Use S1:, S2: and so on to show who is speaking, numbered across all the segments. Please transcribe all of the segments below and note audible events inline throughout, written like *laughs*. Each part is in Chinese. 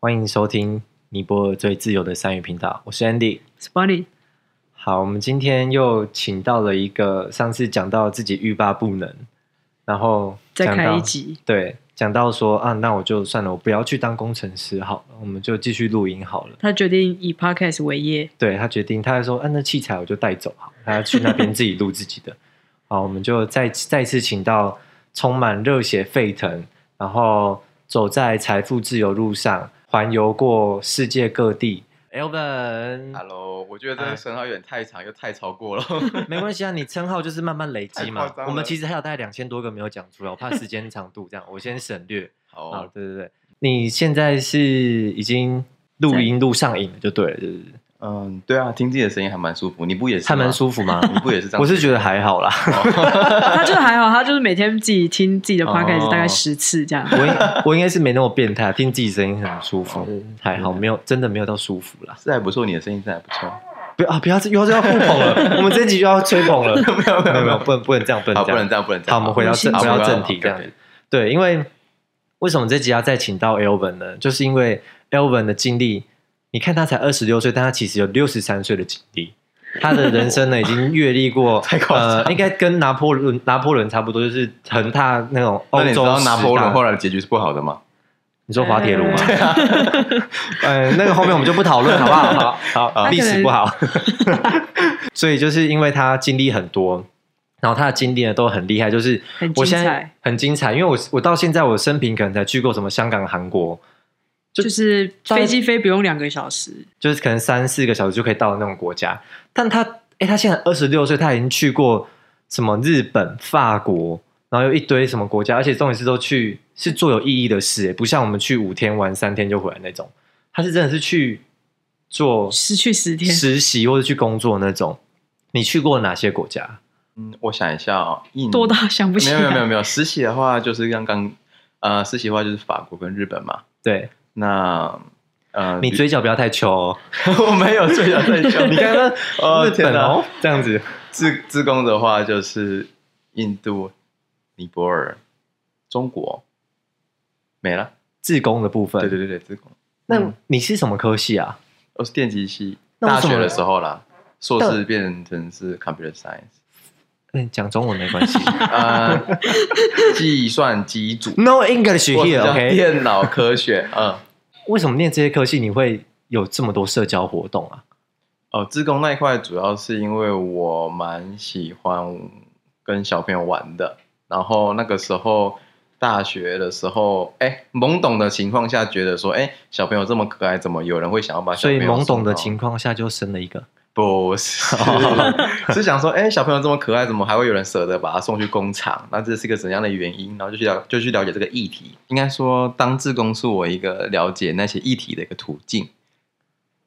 S1: 欢迎收听尼泊尔最自由的三语频道，我是 Andy。
S2: Spotty，
S1: 好，我们今天又请到了一个上次讲到自己欲罢不能，然后
S2: 再
S1: 讲
S2: 开
S1: 到
S2: 一集，
S1: 对，讲到说啊，那我就算了，我不要去当工程师好了，我们就继续录音好了。
S2: 他决定以 podcast 为业，
S1: 对他决定，他还说，啊，那器材我就带走好，他去那边自己录自己的。好，我们就再再次请到充满热血沸腾，然后走在财富自由路上，环游过世界各地。Elvin，
S3: Hello，我觉得这
S1: 嗯哎
S3: 个称号有点太长，又太
S1: *laughs*
S3: 超过了。
S1: 没关系啊，你称号就是慢慢累积
S3: 太
S1: 嘛
S3: 夸张。了
S1: 我们其实还有大概两千多个没有讲出来，我怕时间长度这样，我先省略。
S3: 好
S1: 啊，对对对，你现在是已经录音录上瘾了，就对了，对对对，
S3: 嗯，对啊，听自己的声音还蛮舒服，你不也是？
S1: 还蛮，舒服吗？
S3: 你不也是这样？
S1: 我是觉得还好啦。
S2: 他就还好，他就是每天自己听自己的 podcast
S3: 哦
S2: 大概十次这样。
S1: 我应我应该是没那么变态，听自己声音很舒服，还好没有真的没有到舒服啦。
S3: 是还不错，你的声音真的还不 *laughs* 错。
S1: 不要啊，不要又要又要互捧了，我们这集又要吹捧了，没 *laughs* 有没有没有，不能不能这样，不
S3: 好，
S1: 能
S3: 不
S1: 这样
S3: 能。这样，不能这
S1: 好，
S3: 样。
S1: 我们回到正
S3: 好
S1: 回到正
S3: 好
S1: 题
S3: 好
S1: 这样
S3: 可以
S1: 子。对，因为为什么这集要再请到 Elvin 呢？就是因为 Elvin 的经历，你看他才二十六岁，但他其实有六十三岁的经历。他的人生呢，已经阅历过，
S3: *laughs* 太夸张
S1: 呃，应该跟拿破仑拿破仑差不多，就是横踏那种欧
S3: 那你知
S1: 洲
S3: 道
S1: 十
S3: 拿破
S1: 大
S3: 仑后来的结局是不好的吗？
S1: 你说滑铁卢吗？
S2: 对啊
S1: *laughs* 呃，那个后面我们就不讨论，好不好？好好，
S2: *laughs* 他
S1: 历
S2: 可
S1: 史
S2: 能
S1: 不好，所以就是因为他经历很多，然后他的经历呢都很厉害，就是
S2: 很精彩
S1: 我现在很精彩，因为我我到现在我生平可能才去过什么香港、韩国，就
S2: 就是
S1: 大概
S2: 飞机飞不用两个小时，
S1: 就是可能三四个小时就可以到的那种国家，但他哎，他现在二十六岁，他已经去过什么日本、法国。然后又一堆什么国家，而且重点是都去是做有意义的事，不像我们去五天玩三天就回来那种。他是真的是去做
S2: 失去十天，
S1: 实习或者去工作那种。你去过哪些国家？
S3: 嗯，我想一下哦，印尼
S2: 多到想不起
S3: 没
S2: 来。
S1: 啊
S3: 有没有没有没有，实习的话就是刚刚呃，实习的话就是法国跟日本嘛。
S1: 对
S3: 那呃，
S1: 你嘴角不要太翘哦，
S3: *laughs* 我没有最想在
S1: *laughs*
S3: 笑，
S1: 你刚刚
S3: 哦
S1: 日
S3: 天
S1: 本
S3: 哪
S1: 哦，这样子。
S3: 自自贡的话就是印度、尼泊尔、中国，没了。
S1: 自工的部分，
S3: 对对对对，自贡。
S1: 那
S3: 嗯
S1: 你是什么科系啊？
S3: 我是电机系，
S1: 那
S3: 大
S1: 为什么
S3: 学的时候啦，硕士变成是 computer
S1: *laughs*
S3: science，
S1: 嗯，讲中文没关
S3: *laughs*
S1: 系。
S3: 呃，计算机组
S1: No English
S3: 或者
S1: here,
S3: 叫
S1: OK？
S3: 电脑科学，嗯。
S1: 为什么念这些科系你会有这么多社交活动啊？
S3: 哦，自工那一块主要是因为我蛮喜欢跟小朋友玩的，然后那个时候大学的时候，哎，懵懂的情况下觉得说，哎，小朋友这么可爱，怎么有人会想要把小
S1: 所
S3: 朋
S1: 以
S3: 友
S1: 懵懂的
S3: 送到
S1: 情况下就生了一个。
S3: 不是，是想说，哎、小朋友这么可爱，怎么还会有人舍得把他送去工厂？那这是一个怎样的原因？然后就去了，就去了解这个议题。应该说，当志工是我一个了解那些议题的一个途径。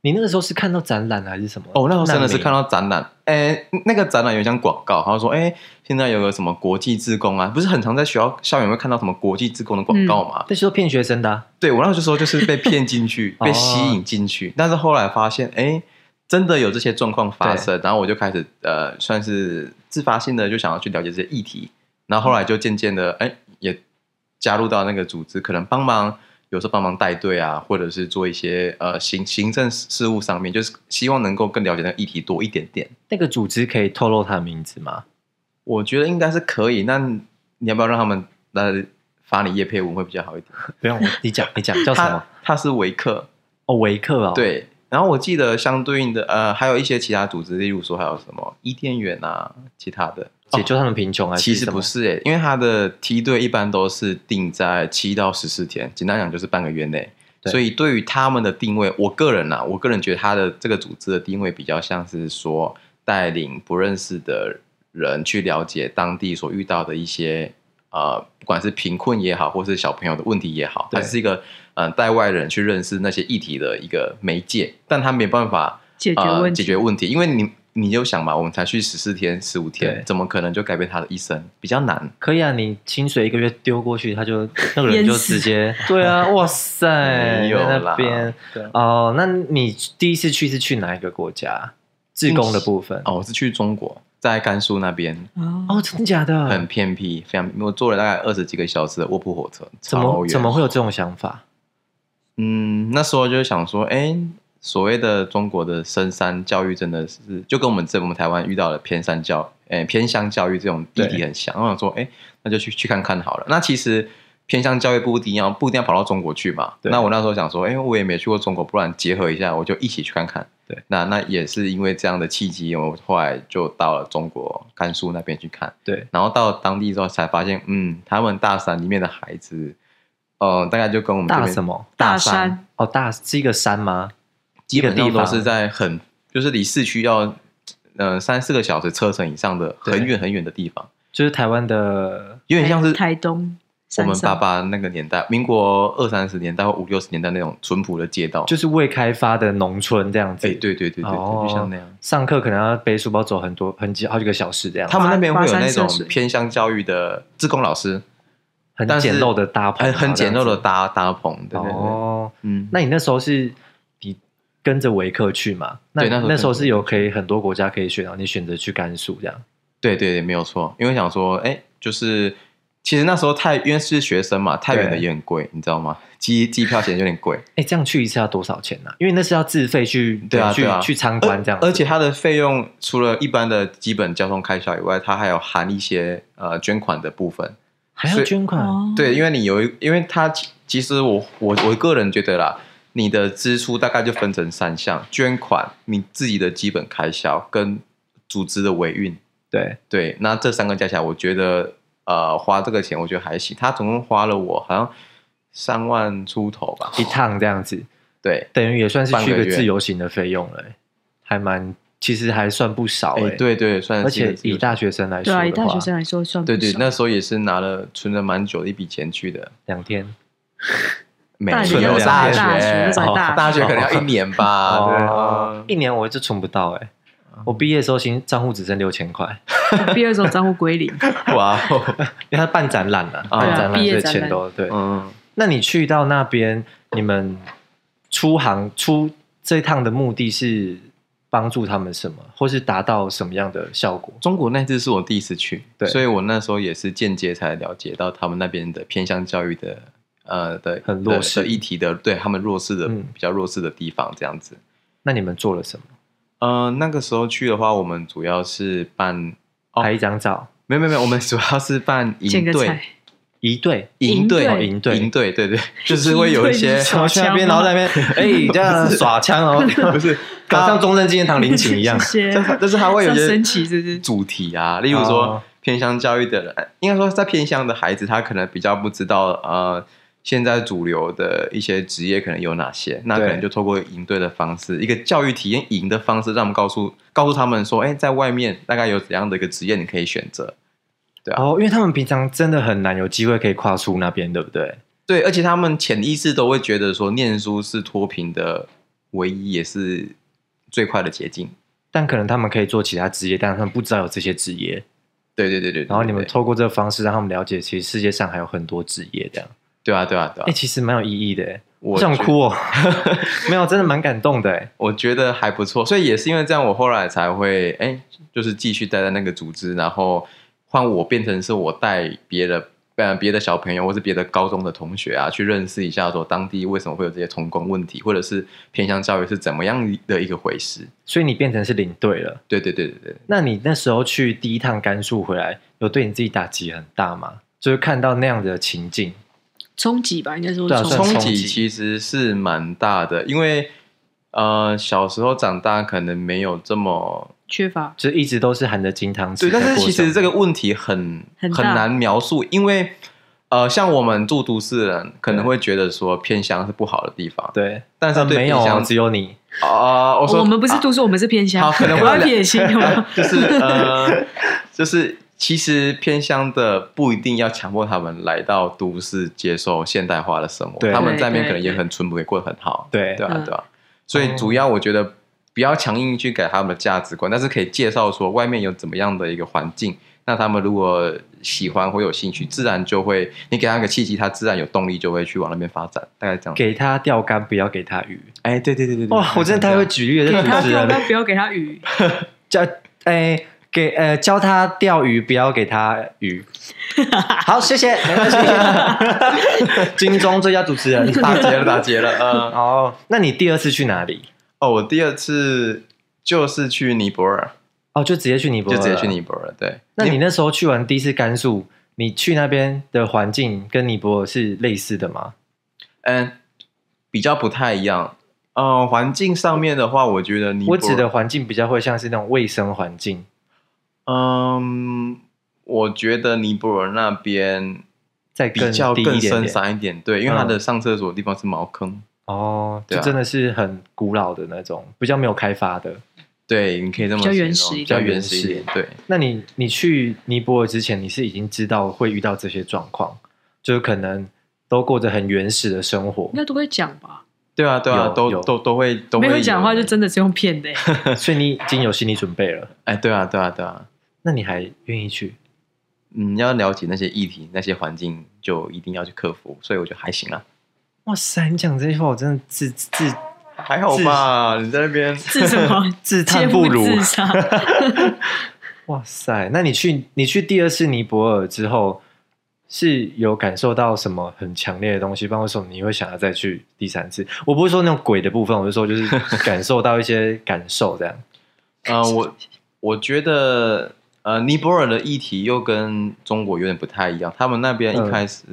S1: 你那个时候是看到展览还是什么？
S3: 哦，那时候真的是看
S1: 到
S3: 到展览，哎、那个展览有一张广告，然后说，哎、现在有个什么国际志工啊，不是很常在学校校园会看到什么国际志工的广告嘛？
S1: 那时候骗学生的啊。
S3: 对我那时候就是被骗进去
S1: *laughs* ，哦
S3: 被吸引进去，但是后来发现，哎，真的有这些状况发生，然后我就开始呃，算是自发性的就想要去了解这些议题，然后后来就渐渐的，哎，也加入到那个组织，可能帮忙。有时候帮忙带队啊，或者是做一些呃行行政事务上面，就是希望能够更了解那个议题多一点点。
S1: 那个组织可以透露他的名字
S3: *laughs*
S1: 吗？
S3: 我觉得应该是可以。那你要不要让他们来发你叶配文会比较好一点？
S1: 不用，我你讲，你讲叫什么
S3: 他？他是维克，
S1: 哦，维克哦。
S3: 对，然后我记得相对应的，呃，还有一些其他组织，例如说还有什么伊甸园啊，其他的。
S1: 解救他们贫穷啊？
S3: 其实不是诶、因为他的梯队一般都是定在七到十四天，简单讲就是半个月内。
S1: 对
S3: 所以对于他们的定位，我个人呐、我个人觉得他的这个组织的定位比较像是说带领不认识的人去了解当地所遇到的一些呃，不管是贫困也好，或是小朋友的问题也好，
S1: 对
S3: 它是一个呃带外人去认识那些议题的一个媒介，但他没办法
S2: 解决
S3: 呃
S2: 问
S3: 解
S2: 题，
S3: 决问题，因为你你就想嘛，我们才去十四天、十五
S1: 对
S3: 天，怎么可能就改变他的一生？比较难。
S1: 可以啊，你薪水一个月丢过去，他就 *laughs* 那个人
S2: 淹
S1: 就
S2: 死
S1: 直
S3: *laughs*
S1: 接对啊，哇塞，
S3: 没有
S1: 在那
S3: 啦
S1: 边
S3: 对啊
S1: 哦。那你第一次去是去哪一个国家？自贡的部分
S3: 哦，我是去中国，在甘肃那边，
S2: 哦，
S1: 哦，真的假的？
S3: 很偏僻，非常我坐了大概二十几个小时的卧铺火车，
S1: 怎
S3: 超
S1: 么
S3: 远
S1: 怎么会有这种想法？
S3: 嗯，那时候就是想说，哎、所谓的中国的深山教育真的是就跟我们这我们台湾遇到的偏山教，哎、偏乡教育这种议题
S1: 对
S3: 很像。然后我想说，哎、那就去去看看好了。那其实偏乡教育不一定要不一定要跑到中国去嘛。
S1: 对
S3: 那我那时候想说，哎、我也没去过中国，不然结合一下，我就一起去看看。
S1: 对，
S3: 那那也是因为这样的契机，我后来就到了中国甘肃那边去看。
S1: 对，
S3: 然后到当地之后才发现，嗯，他们大山里面的孩子，呃，大概就跟我们这
S1: 大
S3: 边
S1: 什么？
S2: 大
S3: 山
S2: 山
S1: 哦，大是一个山吗？
S3: 基本
S1: 一
S3: 上
S1: 个地
S3: 都
S1: 方
S3: 是在很就是离市区要呃三四个小时车程以上的
S1: 对
S3: 很远很远的地方，
S1: 就是台湾的
S3: 有点像是
S2: 台台东
S3: 我
S2: 山上
S3: 们爸爸那个年代，民国二三十年代或五六十年代那种淳朴的街道，
S1: 就是未开发的农村这样子。
S3: 哎，对对对对，
S1: 哦
S3: 对就像那样。
S1: 上课可能要背书包走很多很几好几个小时这样，
S3: 他们那边会有
S2: 跋
S3: 那
S2: 山涉
S3: 种
S2: 水
S3: 偏乡教育的志工老师，
S1: 很
S3: 但是
S1: 简陋的搭棚
S3: 很
S1: 啊，
S3: 很简
S1: 这
S3: 陋的
S1: 样子
S3: 搭搭棚，对对对，
S1: 哦，
S3: 嗯，
S1: 那你那时候是你跟着维克去嘛？那
S3: 对那时候
S1: 那时候是有可以很多国家可以选，然后你选择去甘肃这样。
S3: 对对对，没有错，因为想说，哎，就是其实那时候太因为是学生嘛，太远的
S1: 对
S3: 也很贵，你知道吗？机机票钱有点贵，
S1: 哎，这样去一次要多少钱呢、因为那是要自费去
S3: 对啊，
S1: 去
S3: 对啊
S1: 去参观这样子
S3: 而。而且它的费用除了一般的基本交通开销以外，它还有含一些呃捐款的部分。
S1: 还要
S3: 所以
S1: 捐款，
S2: 哦
S3: 对，因为你有一，因为它其其实我我我个人觉得啦，你的支出大概就分成三项：捐款、你自己的基本开销跟组织的维运。
S1: 对，
S3: 对，那这三个加起来，我觉得呃花这个钱我觉得还行。他总共花了我好像三万出头吧。
S1: 一趟这样子，
S3: 对，
S1: 等于也算是
S3: 半
S1: 去一
S3: 个
S1: 个
S3: 月
S1: 自由行的费用了、欸还蛮，其实还算不少
S3: 哎、
S1: 哎、
S3: 对对，算
S1: 而
S3: 是一个
S1: 且以大学生来说
S2: 对
S1: 的
S2: 啊，
S1: 话，
S2: 以大学生来说算不
S3: 对对，
S2: 少
S3: 那时候也是拿了存了蛮久的一笔钱去的，
S1: 两天，
S3: 没
S2: 大学
S3: 有
S1: 有大
S3: 大学，
S1: 学
S2: 那时候
S3: 哦
S2: 大学
S3: 大学可能要一年吧，对
S1: 哦
S3: 啊，
S1: 一年我就存不到哎、
S3: 嗯
S1: 我毕业的时候，行账户只剩六千块， *laughs*
S2: 毕业的时候账户归零，
S3: 哇哦，
S1: 因为他办展览了、
S3: 啊
S1: 办展览，
S2: 毕业
S1: 所以
S2: 展
S1: 钱
S2: 览
S1: 都对。
S3: *laughs* 嗯，
S1: 那你去到那边，你们出航出这一趟的目的是帮助他们什么，或是达到什么样的效果？
S3: 中国那次是我第一次去，
S1: 对
S3: 所以我那时候也是间接才了解到他们那边的偏向教育的。呃的
S1: 很弱势
S3: 的的议题的，对他们弱势的、
S1: 嗯
S3: 比较弱势的地方这样子。
S1: 那你们做了什么？
S3: 呃，那个时候去的话，我们主要是办，哦
S1: 拍一张照，
S3: 没有没有没有，我们主要是办
S2: 见
S3: *laughs* 营
S2: 个
S3: 队
S2: 菜，，
S1: 一对
S3: 营队
S1: 哦营队
S3: *laughs* 营队，对对，就是会有一些
S2: 营队是什么
S1: 去那边，然后在那边， *laughs* 哎，这样耍枪 *laughs* 哦，
S3: 不是
S1: 搞
S3: 他
S1: 像中正纪念堂陵寝一样。
S2: *laughs*
S3: *laughs*
S2: 谢谢
S3: 就是就是它会有
S2: *laughs*
S3: 一
S2: 这样
S3: 些
S2: 神奇是不是
S3: 主题啊，例如说
S1: 哦
S3: 偏乡教育的人，应该说在偏乡的孩子，他可能比较不知道呃现在主流的一些职业可能有哪些，那可
S1: 对
S3: 能就透过营队的方式，一个教育体验营的方式，让我们告诉告诉他们说，哎，在外面大概有怎样的一个职业你可以选择。
S1: *laughs* 哦，因为他们平常真的很难有机会可以跨出那边，对不对？
S3: 对，而且他们潜意识都会觉得说，念书是脱贫的唯一也是最快的捷径。
S1: 但可能他们可以做其他职业，但他们不知道有这些职业。
S3: 对对对对，对
S1: 然后你们
S3: 对
S1: 透过这个方式让他们了解，其实世界上还有很多职业这样。
S3: 对啊对啊对啊
S1: 哎、，其实蛮有意义的欸，
S3: 我
S1: 想
S3: 觉
S1: 哭哦， *laughs* 没有，真的蛮感动的欸。
S3: 我觉得还不错，所以也是因为这样，我后来才会哎，就是继续待在那个组织，然后换我变成是我带别的呃别的小朋友或是别的高中的同学啊，去认识一下说当地为什么会有这些童工问题，或者是偏向教育是怎么样的一个回事。
S1: 所以你变成是领队了。
S3: 对对对对对，
S1: 那你那时候去第一趟甘肃回来，有对你自己打击很大吗？就是看到那样的情境，
S2: 冲击吧，应该说
S1: 对啊
S2: 冲
S1: 算
S2: 击
S3: 冲
S1: 冲
S3: 击
S1: 击
S3: 其实是蛮大的，因为呃小时候长大可能没有这么
S2: 缺乏
S1: 就一直都是含着金汤匙
S3: 对，
S1: 在
S3: 但
S1: 过生活。
S3: 是其实这个问题很
S2: 很大
S3: 难描述，因为呃，像我们住都市人可能会觉得说偏乡是不好的地方，
S1: 对，
S3: 但是
S1: 呃
S3: 对
S1: 没
S3: 偏
S1: 有哦，
S3: 乡
S1: 只有你
S3: 啊，我说
S2: 哦我们不是
S3: 啊
S2: 读书，我们是偏乡
S3: 好，可能会。
S2: 我要撇清哦
S3: *laughs* 就是呃， *laughs* 就是其实偏乡的不一定要强迫他们来到都市接受现代化的生活，
S1: 对
S3: 他们在那边
S2: 对
S3: 可能也很淳朴，也过得很好，
S1: 对
S3: 对啊
S2: 嗯
S3: 对啊，所以主要我觉得不要强硬去改他们的价值观，但是可以介绍说外面有怎么样的一个环境。那他们如果喜欢或有兴趣，自然就会，你给他个契机，他自然有动力，就会去往那边发展，大概这样。
S1: 给他钓竿，不要给他鱼。
S3: 哎，对对对对对，
S1: 哇，我真的太会举例了，
S2: 给
S1: 这
S2: *laughs* 他
S1: 主持
S2: 钓
S1: 人
S2: 竿，不要给他鱼。
S1: 叫哎。给呃教他钓鱼，不要给他 *laughs* 鱼。好，谢谢，没关系。 *laughs* 金钟最佳主持 *laughs* 人，
S3: 打结了，打结了。嗯，
S1: 哦，那你第二次去哪里？
S3: 哦，我第二次就是去尼泊尔，
S1: 哦，就直接去尼泊
S3: 就
S1: 尔，
S3: 直接去。尼泊尔。对，啊
S1: 那你那时候去完第一次甘肃，你去那边的环境跟尼泊尔是类似的吗？
S3: 嗯，比较不太一样。呃，环境上面的话，我觉得尼泊
S1: 我
S3: 尔
S1: 指的环境比较会像是那种卫生环境，
S3: 嗯，我觉得尼泊尔那边
S1: 再
S3: 比
S1: 更
S3: 较
S1: 低一
S3: 更
S1: 点
S3: 深
S1: 点
S3: 山一点，嗯对，因为它
S1: 嗯
S3: 的上厕所的地方是茅坑，
S1: 哦，
S3: 对
S1: 就
S3: 啊
S1: 真的是很古老的那种，比较没有开发的。
S3: 对，你可以这么
S2: 比较
S3: 形
S2: 原
S3: 容
S2: 始一
S3: 比较
S1: 点
S3: 原始一点，对，
S1: 那你你去尼泊尔之前，你是已经知道会遇到这些状况，就是可能都过着很原始的生活
S2: 应，该都会讲吧？
S3: 对啊，对啊，
S1: 有有
S3: 都都都会都
S2: 没
S3: 会啊
S2: 有讲话
S3: 有
S2: 就真的是用骗的欸、
S1: *laughs* 所以你已经有心理准备了。
S3: 哎，对啊，对啊，对啊，
S1: 那你还愿意去？
S3: 嗯，要了解那些议题、那些环境，就一定要去克服，所以我觉得还行啊，
S1: 哇塞，你讲这些话，我真的自自
S3: 还好吧，你在那边
S2: 自什么
S1: 自
S2: 切
S1: 叹不如。啊
S2: 自杀。
S1: 哇塞，那你去你去第二次尼泊尔之后，是有感受到什么很强烈的东西？不然为什么你会想要再去第三次？我不是说那种鬼的部分，我是说就是
S3: *laughs*
S1: 感受到一些感受这样。
S3: 呃，我我觉得呃，尼泊尔的议题又跟中国有点不太一样。他们那边
S1: 嗯
S3: 一开始，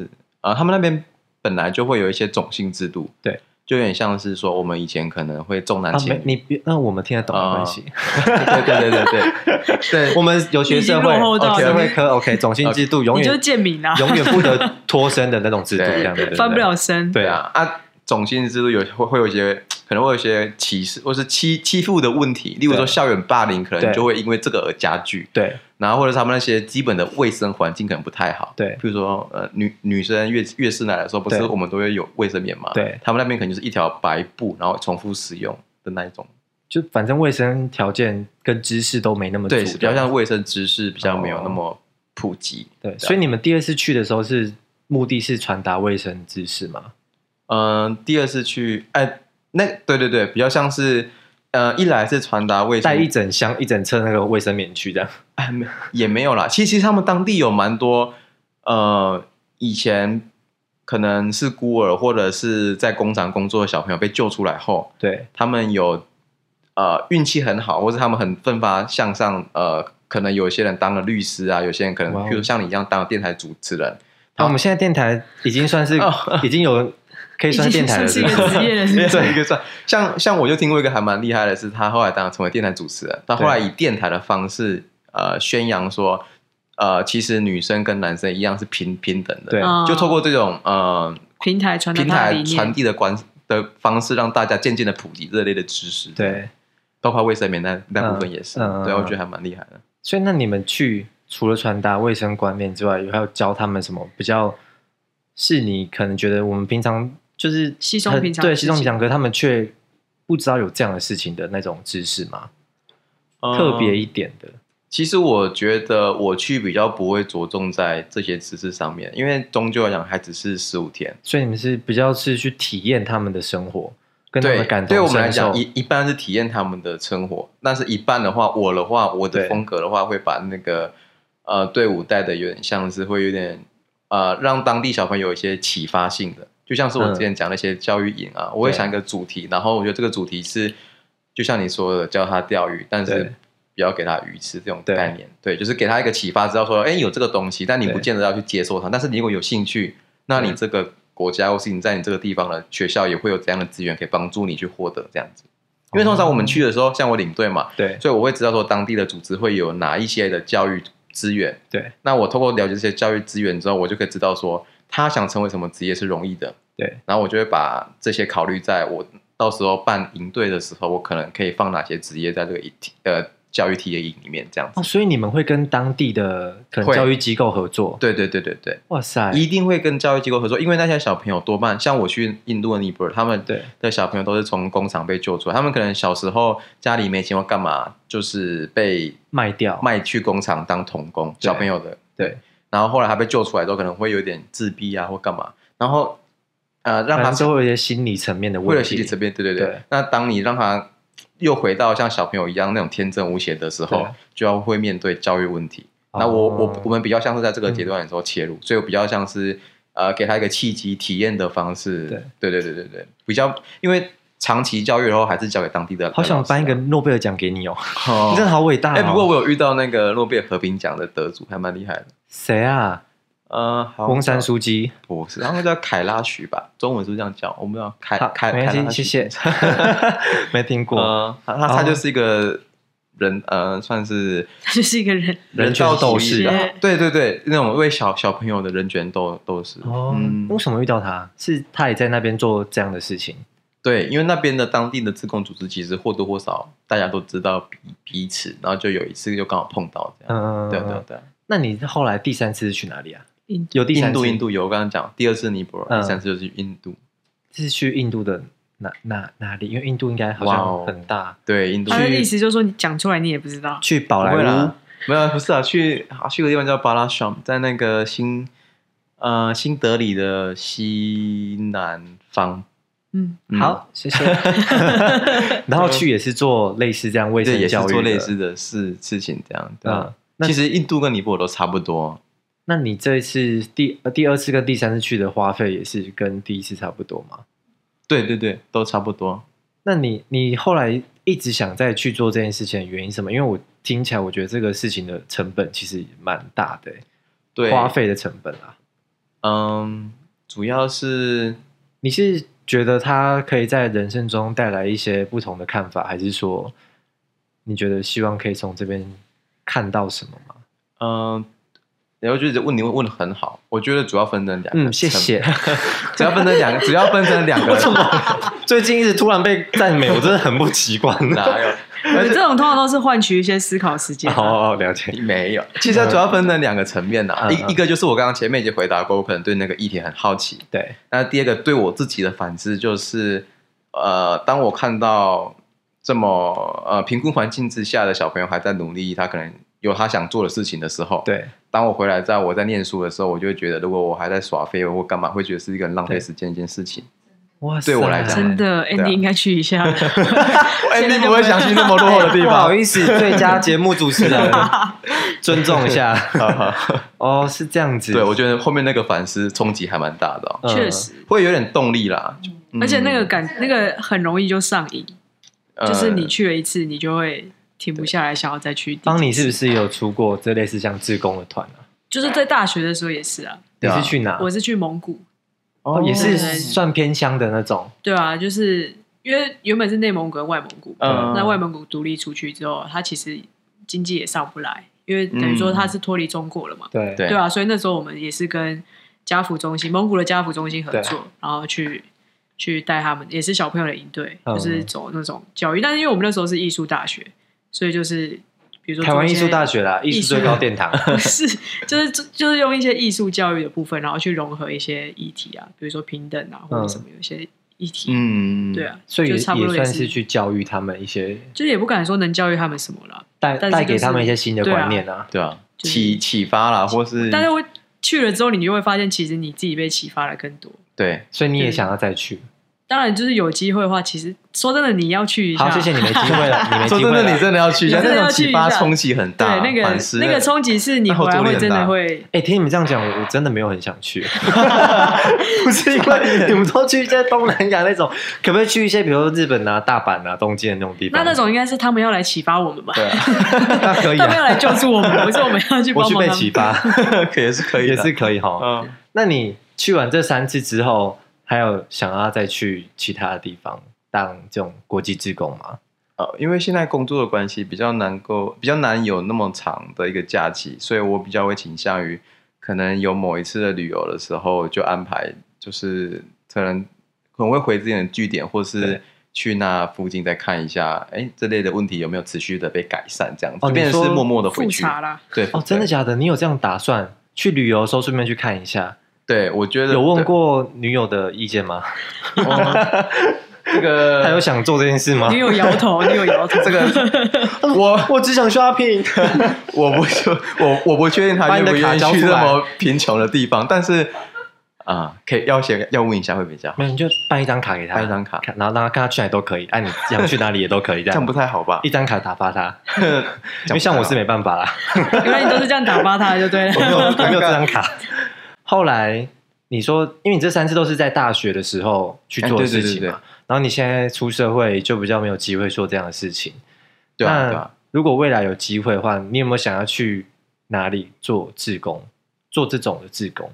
S3: 呃，他们那边本来就会有一些种姓制度，
S1: 对，
S3: 就有点像是说我们以前可能会重男
S1: 啊，
S3: 轻
S1: 没
S3: 女，
S1: 你别那我们听得懂没关系。
S3: 对对对
S1: *laughs*
S3: 对对哦对，
S1: 我们有学社
S2: 已
S1: 会
S2: 经落后到
S1: ，OK，
S2: 了
S1: 社会科 OK，种姓制度永
S2: 你就是
S1: 远
S2: 贱民啊，
S1: 永远不得脱身的那种制度，
S3: 对
S1: 这样的
S2: 翻不了。身。
S1: 对
S3: 对啊啊，种姓制度有会会有一些可能会有一些歧视或是欺欺负的问题，例如说
S1: 对
S3: 校园霸凌，可能
S1: 对
S3: 就会因为这个而加剧。
S1: 对
S3: 然后或者是他们那些基本的卫生环境可能不太好，
S1: 对
S3: 比如说呃女女生月月事来的时候，不是
S1: 对
S3: 我们都会有卫生棉嘛，
S1: 对
S3: 他们那边可能就是一条白布，然后重复使用的那一种，
S1: 对，就反正卫生条件跟知识都没那么足，
S3: 对，比
S1: 这
S3: 较
S1: 样哦
S3: 像卫生知识比较没有那么普及，
S1: 对，啊所以你们第二次去的时候是目的是传达卫生知识吗？
S3: 嗯、第二次去，哎，那对对对，比较像是呃，一来是传达卫生
S1: 带一整箱、一整册那个卫生棉去这样？
S3: 哎，没也没有啦。其实其实他们当地有蛮多，呃，以前可能是孤儿或者是在工厂工作的小朋友被救出来后，
S1: 对，
S3: 他们有呃运气很好，或者他们很奋发向上，呃，可能有些人当了律师啊，有些人可能
S1: 哇哦
S3: 譬如像你一样当了电台主
S1: *laughs*
S3: 持人，
S1: 那、我们现在电台已经算是、
S3: 哦
S1: 已经有可以算 *laughs* 电台了，
S2: 已
S1: 是
S2: 经
S1: 不是
S2: 算是一个职业了，是不是？
S3: 这一个算像像我就听过一个还蛮厉害的是，他后来当然成为电台主持人，他后来以电台的方式呃宣扬说，呃，其实女生跟男生一样是平平等的，
S1: 对哦
S2: 嗯
S3: 就透过这种呃
S2: 平台传达
S3: 平
S2: 他的
S3: 台
S2: 理
S3: 传
S2: 念，
S3: 递的关的方式，让大家渐渐的普及这类的知识，，
S1: 对，
S3: 包括卫生棉那那部分也是，
S1: 嗯嗯嗯
S3: 对，我觉得还蛮厉害的。
S1: 所以那你们去除了传达卫生观念之外，有还有教他们什么比较是你可能觉得我们平常就是
S2: 稀松
S1: 很
S2: 平常的
S1: 对
S2: 事
S1: 稀松平
S2: 情
S1: 常，可是他们却不知道有这样的事情的那种知识吗？
S3: 嗯
S1: 特别一点的，
S3: 其实我觉得我去比较不会着重在这些知识上面，因为终究来讲还只是十五天。
S1: 所以你们是比较是去体验他们的生活，跟他们的感同
S3: 对我们来
S1: 身受
S3: 讲，一一半是体验他们的生活，但是一半的话，我的话，我
S1: 对
S3: 的风格的话，会把那个呃队伍带的有点像是会有点呃，让当地小朋友有一些启发性的，就像是我
S1: 嗯
S3: 之前讲那些教育营啊，我会
S1: 对
S3: 想一个主题，然后我觉得这个主题是就像你说的，教他钓鱼，但
S1: 对
S3: 是。不要给他鱼吃这种
S1: 对
S3: 概念，对，就是给他一个启发，知道说，哎，有这个东西，但你
S1: 对
S3: 不见得要去接受它。但是你如果有兴趣，那你这个国家或是你在你这个地方的学校也会有怎样的资源可以帮助你去获得这样子。因为通常我们去的时候，像我领队嘛，
S1: 对
S3: 所以我会知道说当地的组织会有哪一些的教育资源。
S1: 对
S3: 那我透过了解这些教育资源之后，我就可以知道说他想成为什么职业是容易的。
S1: 对，
S3: 然后我就会把这些考虑在我到时候办营队的时候，我可能可以放哪些职业在这个一呃教育体验营里面这样子。
S1: 哦，所以你们会跟当地的可能
S3: 会
S1: 教育机构合作？
S3: 对对对对对。
S1: 哇塞，
S3: 一定会跟教育机构合作，因为那些小朋友多半像我去印度的尼泊尔，他们
S1: 对
S3: 的小朋友都是从工厂被救出来，他们可能小时候家里没钱或干嘛，就是被
S1: 卖掉，
S3: 卖去工厂当童工，
S1: 对
S3: 小朋友的
S1: 对，
S3: 然后后来他被救出来之后，可能会有点自闭啊或干嘛，然后呃让
S1: 反
S3: 他
S1: 正都会有一些心理层面的
S3: 为
S1: 问
S3: 了洗
S1: 题。
S3: 体这边，对对对。
S1: 对
S3: 那当你让他又回到像小朋友一样那种天真无邪的时候
S1: 对，
S3: 就要会面对教育问题。
S1: 哦嗯
S3: 那我我我们比较像是在这个阶段的时候切入，所以我比较像是呃给他一个契机体验的方式。
S1: 对
S3: 对对对对对，比较因为长期教育的话，还是交给当地的老师啊。
S1: 好想颁一个诺贝尔奖给你哦，
S3: *laughs* 哦
S1: 你真的好伟大哦。
S3: 哎、不过我有遇到那个诺贝尔和平奖的得主，还蛮厉害的。
S1: 谁啊？
S3: 呃，好
S1: 翁山书
S3: *laughs*
S1: 记， *laughs*
S3: 博士，他们叫凯拉许吧，中文是不是这样叫，我不知道。凯
S1: 好
S3: 凯
S1: 没
S3: 凯拉
S1: 关
S3: 许
S1: 系，谢。谢。 *laughs* 没听过，哦
S3: 呃，他他他就是一个人，呃，算是
S2: 他 *laughs* 就是一个人，
S1: 人权
S3: 道
S1: 斗
S3: 主义
S1: 士
S3: 吧
S2: 啊
S3: 对对对，那种为小小朋友的人权斗斗士。
S1: 哦
S3: 嗯，
S1: 为什么遇到他？是他也在那边做这样的事情。
S3: 对，因为那边的当地的自贡组织其实或多或少大家都知道彼彼此，然后就有一次就刚好碰到这样。
S1: 嗯，
S3: 对啊对对，
S1: 那你后来第三次是去哪里啊？
S2: 印
S1: 有第
S3: 印
S1: 三
S3: 度
S1: 次，
S3: 印度有我刚刚讲，第二次尼泊尔，
S1: 嗯
S3: 第三次就是印度。
S1: 是去印度的哪哪哪里？因为印度应该好
S3: 哇哦
S1: 像很大。
S3: 对，印度
S2: 他的意思就是说你讲出来你也不知道，
S1: 去宝
S3: 不会
S1: 莱坞
S3: 啦，没有不是啊，去啊去个地方叫巴拉什，在那个新呃新德里的西南方。
S2: 嗯，
S3: 嗯
S1: 好，谢
S3: *laughs*
S1: 谢。 *laughs* 然后去也是做类似这样卫
S3: 对，
S1: 生
S3: 也是
S1: 教育，
S3: 做类。似的事事情这样。对啊
S1: 嗯，那
S3: 其实印度跟尼泊尔都差不多。
S1: 那你这次第呃第二次跟第三次去的花费也是跟第一次差不多吗？
S3: 对对对，都差不多。
S1: 那你你后来一直想再去做这件事情的原因是什么？因为我听起来我觉得这个事情的成本其实蛮大的、欸
S3: 对，
S1: 花费的成本啊。
S3: 嗯，主要是
S1: 你是觉得它可以在人生中带来一些不同的看法，还是说你觉得希望可以从这边看到什么吗？
S3: 嗯，然后就是问你问问的很好，我觉得主要分成两个。
S1: 嗯，谢谢。。 *laughs*
S3: 主要分成两个，主要分成两个。
S1: 最近一直突然被赞美，我真的很不习惯。
S3: *laughs*
S1: *laughs*
S3: 哪有？
S2: 我这种通常都是换取一些思考时间啊。
S1: 好哦好了解。
S3: 没有，其实它主要分成两个层面呐、
S1: 嗯嗯
S3: 一一个就是我刚刚前面已经回答过，我可能对那个议题很好奇。
S1: 对，
S3: 那第二个对我自己的反思就是，呃，当我看到这么呃贫困环境之下的小朋友还在努力，他可能有他想做的事情的时候，，
S1: 对，
S3: 当我回来在我在念书的时候，我就会觉得，如果我还在耍废或干嘛，会觉得是一个很浪费
S1: 对
S3: 时间的一件事情。
S1: 哇
S3: 对我来讲
S2: 真的
S3: 啊
S2: ，Andy 应该去一下。
S3: 哎、
S2: 现在
S3: 你
S2: 就
S3: 不会想去那么落后的地
S1: *laughs* 不好
S3: 方。
S1: 意思，最佳节目主持 *laughs* 人，尊重一下。 *laughs* 哦，是这样子。
S3: *laughs* 对，我觉得后面那个反思冲击还蛮大的、哦，
S1: 嗯
S2: 确实，
S3: 会有点动力啦。嗯
S2: 而且那个感，那个很容易就上瘾，
S3: 呃
S2: 就是你去了一次，你就会停不下来，想要再去。
S1: 邦尼是不？是也有出过这类似像志工的团啊？
S2: 就是在大学的时候也是啊，
S1: 你
S3: 对啊
S1: 是去哪？
S2: 我是去蒙古，
S1: 哦，也
S2: 对
S1: 是
S2: 对对
S1: 算偏乡的那种。
S2: 对啊，就是因为原本是内蒙古跟外蒙古，
S3: 嗯
S2: 那外蒙古独立出去之后，它其实经济也上不来，因为等于说它是脱离中国了嘛，
S1: 嗯对
S3: 对
S2: 对啊，所以那时候我们也是跟家福中心，蒙古的家福中心合作，然后去去带他们，也是小朋友的营队，
S1: 嗯
S2: 就是走那种教育。但是因为我们那时候是艺术大学，所以就是比如说
S1: 台湾艺术大
S2: 学
S1: 学啦，艺术最高殿堂。
S2: *laughs* 是就是就是用一些艺术教育的部分，然后去融合一些议题啊，比如说平等啊，或者什么有一些议题，
S3: 嗯，
S2: 对，啊，
S1: 嗯所以也
S2: 就差不
S1: 也
S2: 多
S1: 算
S2: 是
S1: 是，去教育他们一些，
S2: 就是也不敢说能教育他们什么了，
S1: 带
S2: 但是
S1: 带给
S2: 就是
S1: 他们一些新的
S2: 对啊
S1: 观念啊。
S3: 对啊，
S2: 就是
S3: 启启发啦，或是
S2: 但是我去了之后，你就会发现，其实你自己被启发了更多。
S3: 对，
S1: 所以你也
S2: 对
S1: 想要再去？
S2: 当然，就是有机会的话，其实说真的，你要去一下。
S1: 好，谢谢你没机会
S2: *laughs*
S1: 了，你没
S3: 说
S1: 机
S3: 真
S1: 会
S3: 的，
S1: 了
S3: 你。真的要去一下，
S2: 你真的
S3: 那种
S2: 要去
S3: 启
S2: 一
S3: 发
S2: 下
S3: 冲击很大，
S2: 对，那
S3: 反
S2: 个
S3: 思
S2: 那个冲击是你回来会真的会，
S1: 哎、听你们这样讲，我我真的没有很想
S2: *laughs*
S1: 去，不是因为你们都去一些东南亚那种，可不可以去一些比如说日本啊、大阪啊、东京的那种地
S2: 那
S1: 方？
S2: 那种应该是他们要来启发我们吧？
S3: 对啊， *laughs*
S1: 那 *laughs* 可以
S2: 他们要
S1: 啊，
S2: 来救助我们，不是我们要去帮
S1: *laughs* 我
S2: 忙
S1: 去被
S2: 啊他们。
S1: 启发
S3: 可也是 *laughs* 可以
S1: 也
S3: 的，
S1: 是可以哈。
S3: 嗯，
S1: 那你去完这三次之后，还有想要再去其他的地方当这种国际志工吗？
S3: 呃，因为现在工作的关系，比较难够比较难有那么长的一个假期，所以我比较会倾向于可能有某一次的旅游的时候就安排，就是可能可能会回自己的据点，或是
S1: 对。
S3: 去那附近再看一下，哎，这类的问题有没有持续的被改善？这样子，
S1: 哦你
S3: 变成
S1: 说
S3: 是默默的回
S2: 复
S3: 去。
S2: 查啦，
S3: 对，
S1: 哦，真的
S3: 对
S1: 假的？你有这样打算？去旅游的时候顺便去看一下，
S3: 对，我觉得
S1: 有问
S3: 对
S1: 过女友的意见吗？
S3: 哦这个
S1: 她有想做这件事吗
S2: 你？有摇头，你有摇头，
S3: *laughs* 这个我
S1: 我只想 shopping。
S3: *laughs* 我不确我我不确定他
S1: 把
S3: 愿
S1: 你的
S3: 不
S1: 卡
S3: 愿意
S1: 交
S3: 去
S1: 出
S3: 这
S1: 来
S3: 么贫穷的地方，但是啊，可以要先要问一下会比较好，
S1: 没有你就办一张卡给他，
S3: 办一张卡，
S1: 看然后让他看他去哪里都可以，啊
S3: *laughs*
S1: 按、你想去哪里也都可以，这
S3: 这
S1: 样
S3: 样不太好吧？ *laughs*
S1: 一张卡打发他，啊因
S3: 因
S1: 为像我是没办法啦，
S2: *laughs* 原来你都是这样打发他的就对
S1: *laughs* 我没有
S2: 了。
S1: 我没有这张卡。后来你说，因为你这三次都是在大学的时候去做的
S3: 哎对
S1: 事
S3: 对
S1: 情
S3: 对
S1: 嘛，
S3: 对
S1: 然后你现在出社会就比较没有机会做这样的事情。
S3: 对啊
S1: 那
S3: 对啊，
S1: 如果未来有机会的话，你有没有想要去哪里做志工，做这种的志工？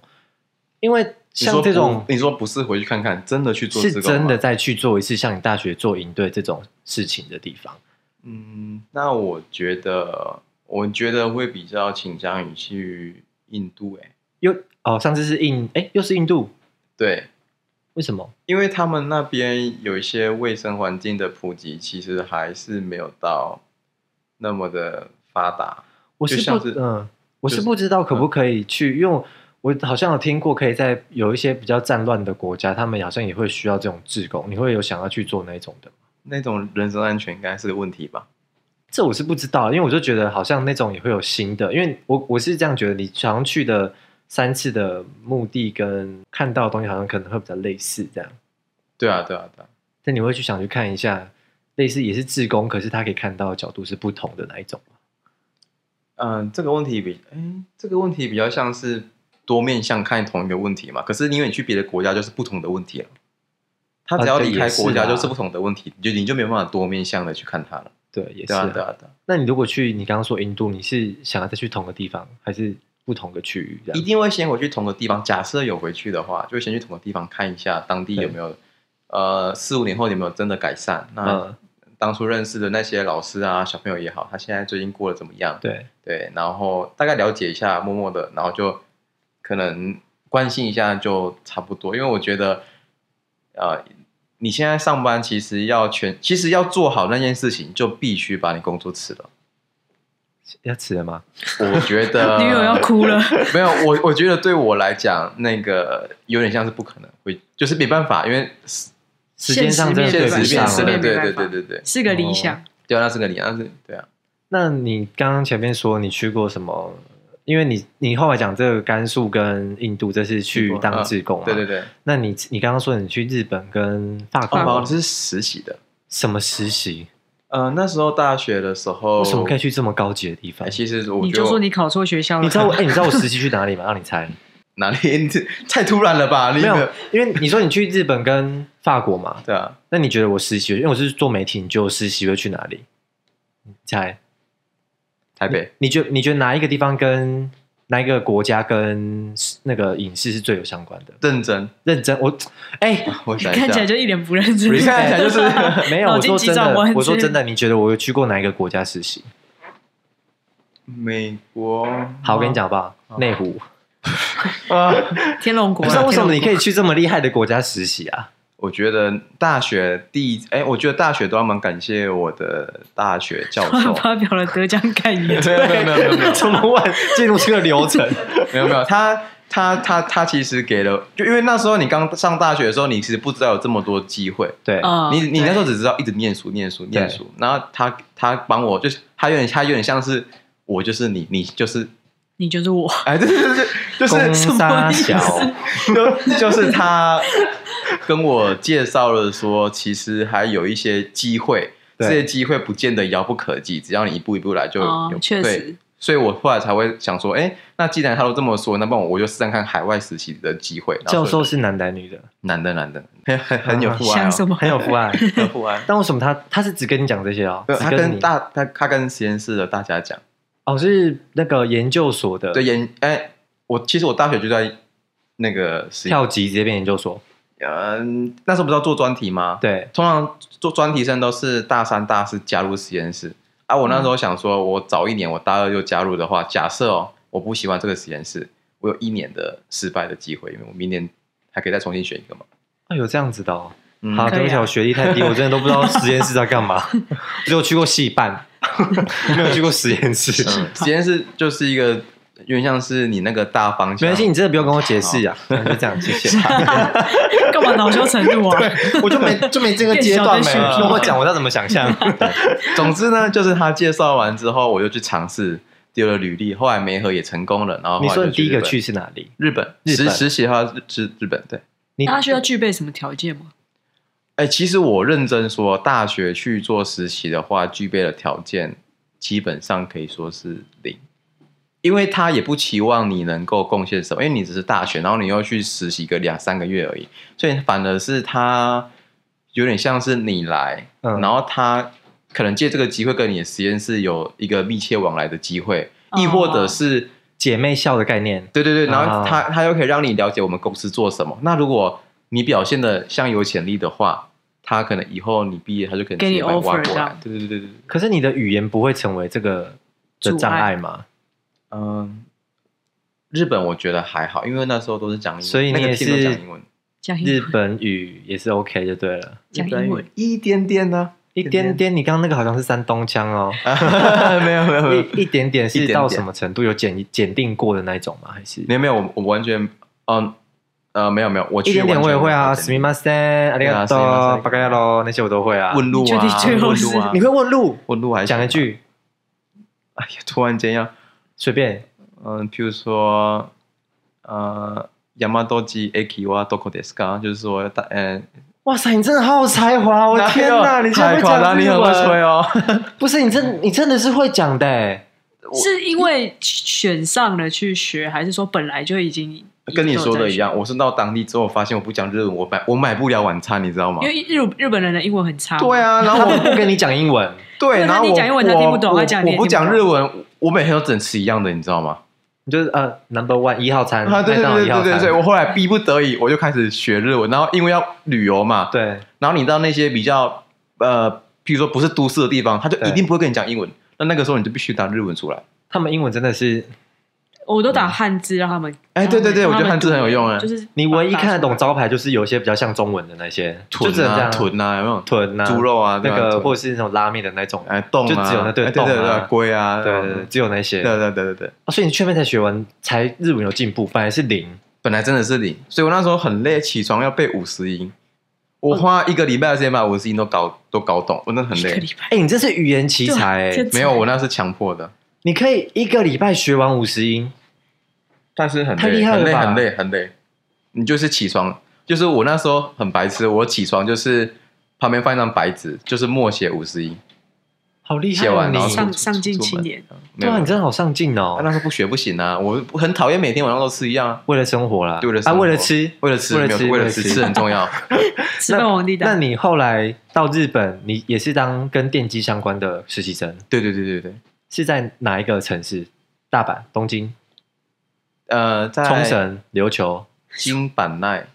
S1: 因为
S3: 你
S1: 像
S3: 说
S1: 这
S3: 不
S1: 种
S3: 你说不是回去看看，真的去做
S1: 是
S3: 志工
S1: 真的
S3: 吗，
S1: 再去做一次像你大学做营队这种事情的地方，
S3: 嗯，那我觉得我觉得会比较倾向于去印度，哎，
S1: 又哦，上次是印哎，又是印度，
S3: 对，
S1: 为什么？
S3: 因为他们那边有一些卫生环境的普及，其实还是没有到那么的发达。
S1: 我
S3: 就是像
S1: 不
S3: 是
S1: 嗯，我
S3: 就是是嗯
S1: 不知道可不可以去，因为我好像有听过，可以在有一些比较战乱的国家，他们好像也会需要这种志工，你会有想要去做那种的吗？
S3: 那种人身安全应该是个问题吧？
S1: 这我是不知道，因为我就觉得好像那种也会有新的，因为我我是这样觉得，你常去的三次的目的跟看到的东西好像可能会比较类似这样，
S3: 对啊，对啊，对啊，
S1: 但你会去想去看一下，类似也是志工，可是他可以看到的角度是不同的那一种吗
S3: 嗯、这个问题比，哎，这个问题比较像是多面向看同一个问题嘛。可是因为你去别的国家就是不同的问题了，他只
S1: 啊
S3: 要
S1: 对
S3: 离开
S1: 也是
S3: 国家
S1: 啦
S3: 就是不同的问题，你就你就没有办法多面向的去看它了。
S1: 对，也是、
S3: 对啊，对啊，对啊，
S1: 那你如果去你刚刚说印度，你是想要再去同个地方，还是不同个区域这
S3: 一
S1: 样？
S3: 定会先回去同个地方。假设有回去的话，就会先去同个地方看一下当地
S1: 对
S3: 有没有，呃，四五年后有没有真的改善。那
S1: 嗯，
S3: 当初认识的那些老师啊，小朋友也好，他现在最近过得怎么样？
S1: 对，
S3: 对，然后大概了解一下，默默的，然后就可能关心一下就差不多。因为我觉得，呃，你现在上班其实要全，其实要做好那件事情，就必须把你工作辞
S2: *laughs*
S3: 了。
S1: 要吃了吗？
S3: 我觉得
S1: 呃
S2: 女友要哭了，
S3: 没有，我我觉得对我来讲，那个有点像是不可能会，就是没办法，因为时
S1: 时间上真的
S2: 现
S1: 对
S2: 实
S1: 不
S3: 时
S1: 上
S2: 面
S3: 变是
S2: 时
S3: 的，
S1: 了
S2: 间。
S3: 对
S2: 没
S3: 对
S2: 办法
S3: 对对对，
S2: 是个理想。
S3: 对啊，那是个理，那是对啊，
S1: 那你刚刚前面说你去过什么？因为你你后来讲这个甘肃跟印度，这是去当志工嘛？啊
S3: 对对。对，
S1: 那你你刚刚说你去日本跟法国、
S2: 法
S3: 哦，这是实习的。
S1: 什么实习？
S3: 呃，那时候大学的时候，
S1: 为什么可以去这么高级的地方
S3: 哎？其实我
S2: 你
S3: 觉得
S2: 就
S3: 我
S2: 说你考错学校了，
S1: 你知道我哎、你知道我实习去哪里吗？让 *laughs* 你猜，
S3: 哪里你这太突然了吧？你
S1: 没有，因为你说你去日本跟法国嘛，
S3: 对啊，
S1: 那你觉得我实习，因为我是做媒体，你觉得我实习会去哪里？你猜？
S3: 台北
S1: 你觉你觉得哪一个地方跟哪一个国家跟那个影视是最有相关的？
S3: 认真，
S1: 认真，我哎、
S3: 我想一下，
S2: *laughs* 看起来就一脸不认真
S3: 你，看起来就是
S1: 没有，
S2: 脑
S1: 我
S2: 筋
S1: 说
S2: 急
S1: 真
S2: 转
S1: 的
S2: 弯，
S1: 我说
S2: 之
S1: 真的，你觉得我有去过哪一个国家实习？
S3: 美国。
S1: 好，我跟你讲好不
S3: 哦
S1: 好？内湖。
S3: 啊，
S2: 天龙国
S1: 不
S2: 啊。
S1: 知道为什么你可
S2: 以
S1: 以去这么厉害的国家实习啊？
S3: 我觉得大学第一，哎，我觉得大学都要蛮感谢我的大学教授。
S2: 发表了得奖感
S3: *laughs*
S2: 言，
S3: 没有没有没有没有没有
S1: 怎么问进入这个流程？
S3: 没有没有，他他他他其实给了，就因为那时候你刚上大学的时候，你其实不知道有这么多机会。
S1: 对，
S2: 啊
S3: 你你那时候只知道一直念书念书念书，然后他他帮我就是他有点他有点像是我就是你你就是
S2: 你就是我，
S3: 哎对对对对，就是
S1: 公
S2: 么
S1: 沙
S2: 意思
S1: 小，
S3: 就就是他跟我介绍了说，其实还有一些机会，
S1: 对
S3: 这些机会不见得遥不可及，只要你一步一步来就有。
S2: 哦确
S3: 对
S2: 实，
S3: 所以我后来才会想说，哎，那既然他都这么说，那帮我我就试探看海外实习的机会。
S1: *laughs*
S3: 然
S1: 教
S3: 后
S1: 授
S3: 说
S1: 是男的女的，
S3: 男的男的， *laughs* 很很很有父爱、
S2: 想什
S3: 哦，
S2: 么？
S1: 很有父爱。
S3: 很有父爱。
S1: 但为什么他他是只跟你讲这些哦？
S3: 对
S1: 只
S3: 他
S1: 跟
S3: 跟
S1: 你
S3: 大他他跟实验室的大家讲，
S1: 哦是那个研究所的
S3: 对研哎，我其实我大学就在那个实验，
S1: 跳级直接变研究所，
S3: 嗯，那时候不是要做专题吗？
S1: 对，
S3: 通常做专题生都是大三、大四加入实验室啊。我
S1: 嗯
S3: 那时候想说，我早一年，我大二就加入的话，假设哦，我不喜欢这个实验室，我有一年的失败的机会，因为我明年还可以再重新选一个嘛。
S1: 啊有这样子的哦。
S3: 嗯
S1: 好， *laughs*
S2: 可以
S1: 对不起，
S2: 啊
S1: 我学历太低，我真的都不知道实验室在干
S2: *laughs*
S1: 嘛。我只有去过戏班， *laughs* 没有去过实验
S3: *laughs*
S1: 室。
S3: 嗯实验室就是一个，有点像是你那个大方
S1: 没
S3: 向。啊
S1: 关系，你真的不用跟我解释啊，就这样，谢
S3: *laughs*
S1: 谢。
S2: 干嘛恼羞成怒啊？
S1: 我就没就没这个阶段没
S2: 变小
S3: 的
S1: 了，
S3: 学 *laughs*
S1: 跟我讲，我要怎么想象？
S3: 总之呢，就是他介绍完之后，我就去尝试。丢了履历，后来媒合也成功了，然后
S1: 你
S3: 后
S1: 说
S3: 来
S1: 你
S3: 就去
S1: 第一
S3: 日
S1: 个
S3: 本
S1: 去是哪里？
S3: 日本
S1: 日
S3: 实
S1: 本
S3: 实习的话是日本对。
S1: 你
S2: 那他需要具备什么条件吗？
S3: 哎、其实我认真说，大学去做实习的话，具备的条件基本上可以说是零，因为他也不期望你能够贡献什么，因为你只是大学，然后你又去实习个两三个月而已，所以反而是他有点像是你来，
S1: 嗯
S3: 然后他可能借这个机会跟你的实验室有一个密切往来的机会，
S2: 哦
S3: 亦或者是。
S1: 姐妹校的概念，
S3: 对对对，然后
S1: 啊
S3: 他、他又可以让你了解我们公司做什么。那如果你表现的像有潜力的话，他可能以后你毕业他就可能
S2: 给你
S3: 直接把
S2: offer
S3: 挖过
S2: 这
S3: 来
S2: 样。
S3: 对对对对对，
S1: 可是你的语言不会成为这个的
S2: 阻
S1: 障
S2: 碍
S1: 碍吗？
S3: 嗯，日本我觉得还好，因为那时候都是讲英文，
S1: 所以你
S3: 那个
S1: 也
S3: team 都
S1: 是
S3: 讲英文，
S2: 讲英
S1: 日
S2: 文
S1: 本语也是 OK 就对了，
S2: 讲英文，
S3: 一点点呢、
S1: 一点点。你刚刚那个好像是山东腔
S3: *laughs*
S1: 哦，
S3: 啊
S1: *laughs*
S3: 没有没有没有
S1: 一一点点
S3: 一
S1: 是
S3: 点
S1: 到
S3: 点
S1: 什么程度？有检检定过的那一种吗？还是
S3: 没有没有，我我完全嗯呃没有没有，我去
S1: 一点点我也会啊，すみ
S3: 吗？
S1: ません、ありがと
S3: 对啊すみませ
S1: う、
S3: ん
S1: 巴盖罗那些我都会啊。
S3: 问路
S2: 你确定
S3: 啊，
S2: 最后
S3: 问
S2: 是
S3: 路啊，
S1: 你会问路？
S3: 问路还行
S1: 讲一，句，
S3: 哎呀，突然间要。
S1: 随便。
S3: 嗯，譬如说，呃，亚麻啊多吉 aki wa doko desu ka，就是说，大，嗯，
S1: 哇塞，你真的好有才华！我的天哪，
S3: 哦哪有
S1: 你竟然
S3: 哎太
S1: 会
S3: 夸张，
S1: 讲
S3: 你
S1: 日
S3: 很会吹
S1: 文？
S3: 哦。
S1: 不是你真你真的是会讲的欸，
S2: 是因为选上了去学，还是说本来就已经
S3: 跟你说的一
S2: 都
S3: 样，我是到当地之后发现我不讲日文，我买我买不了晚餐，你知道吗
S2: 有在？学？因为日日本人的英文很差，
S3: 对啊，然
S1: 他 *laughs*
S2: *laughs*
S3: 后
S1: 们
S3: 我
S1: 不跟你讲英文，
S3: 对，
S2: 对
S3: 然
S2: 那
S3: 后
S2: 你
S3: 我
S2: 讲英文他
S3: 我
S2: 听不懂
S3: 我
S2: 他讲你也
S3: 我不
S2: 听不
S3: 讲
S2: 懂
S3: 日文，我每天都整吃一样的，你知道吗？
S1: 你就是呃 number one 一号餐，
S3: 啊，对
S1: 麦
S3: 对
S1: 当劳
S3: 对
S1: 一号
S3: 对对
S1: 餐
S3: 对，，我后来逼不得已，我就开始学日文，然后因为要旅游嘛，
S1: 对，
S3: 然后你到那些比较呃，譬如说不是都市的地方，他就
S1: 对
S3: 一定不会跟你讲英文。那那个时候你就必须打日文出来。
S1: 他们英文真的是
S2: 我都打
S1: 嗯
S2: 汉字让他们。
S3: 哎对对对
S2: 让他们
S3: 我觉得汉字很有用哎
S2: 就是
S1: 啊你唯一看得懂
S2: 打出来
S1: 招牌，就是有一些比较像中文的那些，就只能这
S3: 啊、
S1: 样
S3: 豚啊，有没有？
S1: 豚啊、
S3: 猪肉啊，对
S1: 那
S3: 吧
S1: 个，
S3: 豚
S1: 或者是那种拉面的那种，
S3: 哎，冻啊，
S1: 就只有那对
S3: 哎对对
S1: 冻啊
S3: 对，龟啊，
S1: 对对对，只有那些。
S3: 对对对对对。
S1: 哦所以你去那边才学完，才日文有进步，本来是零。
S3: 本来真的是零，所以我那时候很累，起床要背五十音，我花一个礼拜的时间把五十音都搞都搞懂，我那很
S2: 一个
S3: 累
S2: 礼。拜
S1: 哎，你这是语言奇才
S2: 就
S1: 欸
S2: 就，
S3: 没有，我那是强迫的，
S1: 你可以一个礼拜学完五十音。
S3: 但是很
S1: 太厉
S3: 累，
S1: 害
S3: 很累，
S1: 了吧
S3: 很累，很累。你就是起床，就是我那时候很白痴，我起床就是旁边放一张白纸，就是默写五十音，
S1: 好厉害
S3: 写
S1: 哦！
S3: 完然后
S1: 你
S2: 上
S3: 出
S2: 上进青。年
S3: 出出门没
S1: 对
S3: 有
S1: 啊，你真的好上进
S3: 啊
S1: 哦，
S3: 那时候不学不行啊，我我很讨厌每天晚上都吃一样啊。
S1: 为了生活啦，
S3: 对为了生
S1: 啊，
S3: 活
S1: 为了吃，
S3: 为了吃，
S1: 为
S3: 没
S1: 了
S3: 有
S1: 吃，
S3: 为了吃，吃很重要。
S2: 吃饭皇帝
S1: 那
S2: 蛋。
S1: 你后来到日本，你也是当跟电机相关的实习生，
S3: 对对对对对，
S1: 是在哪一个城市？大阪、东京、
S3: 呃，在
S1: 冲绳、琉球、
S3: 金板奈、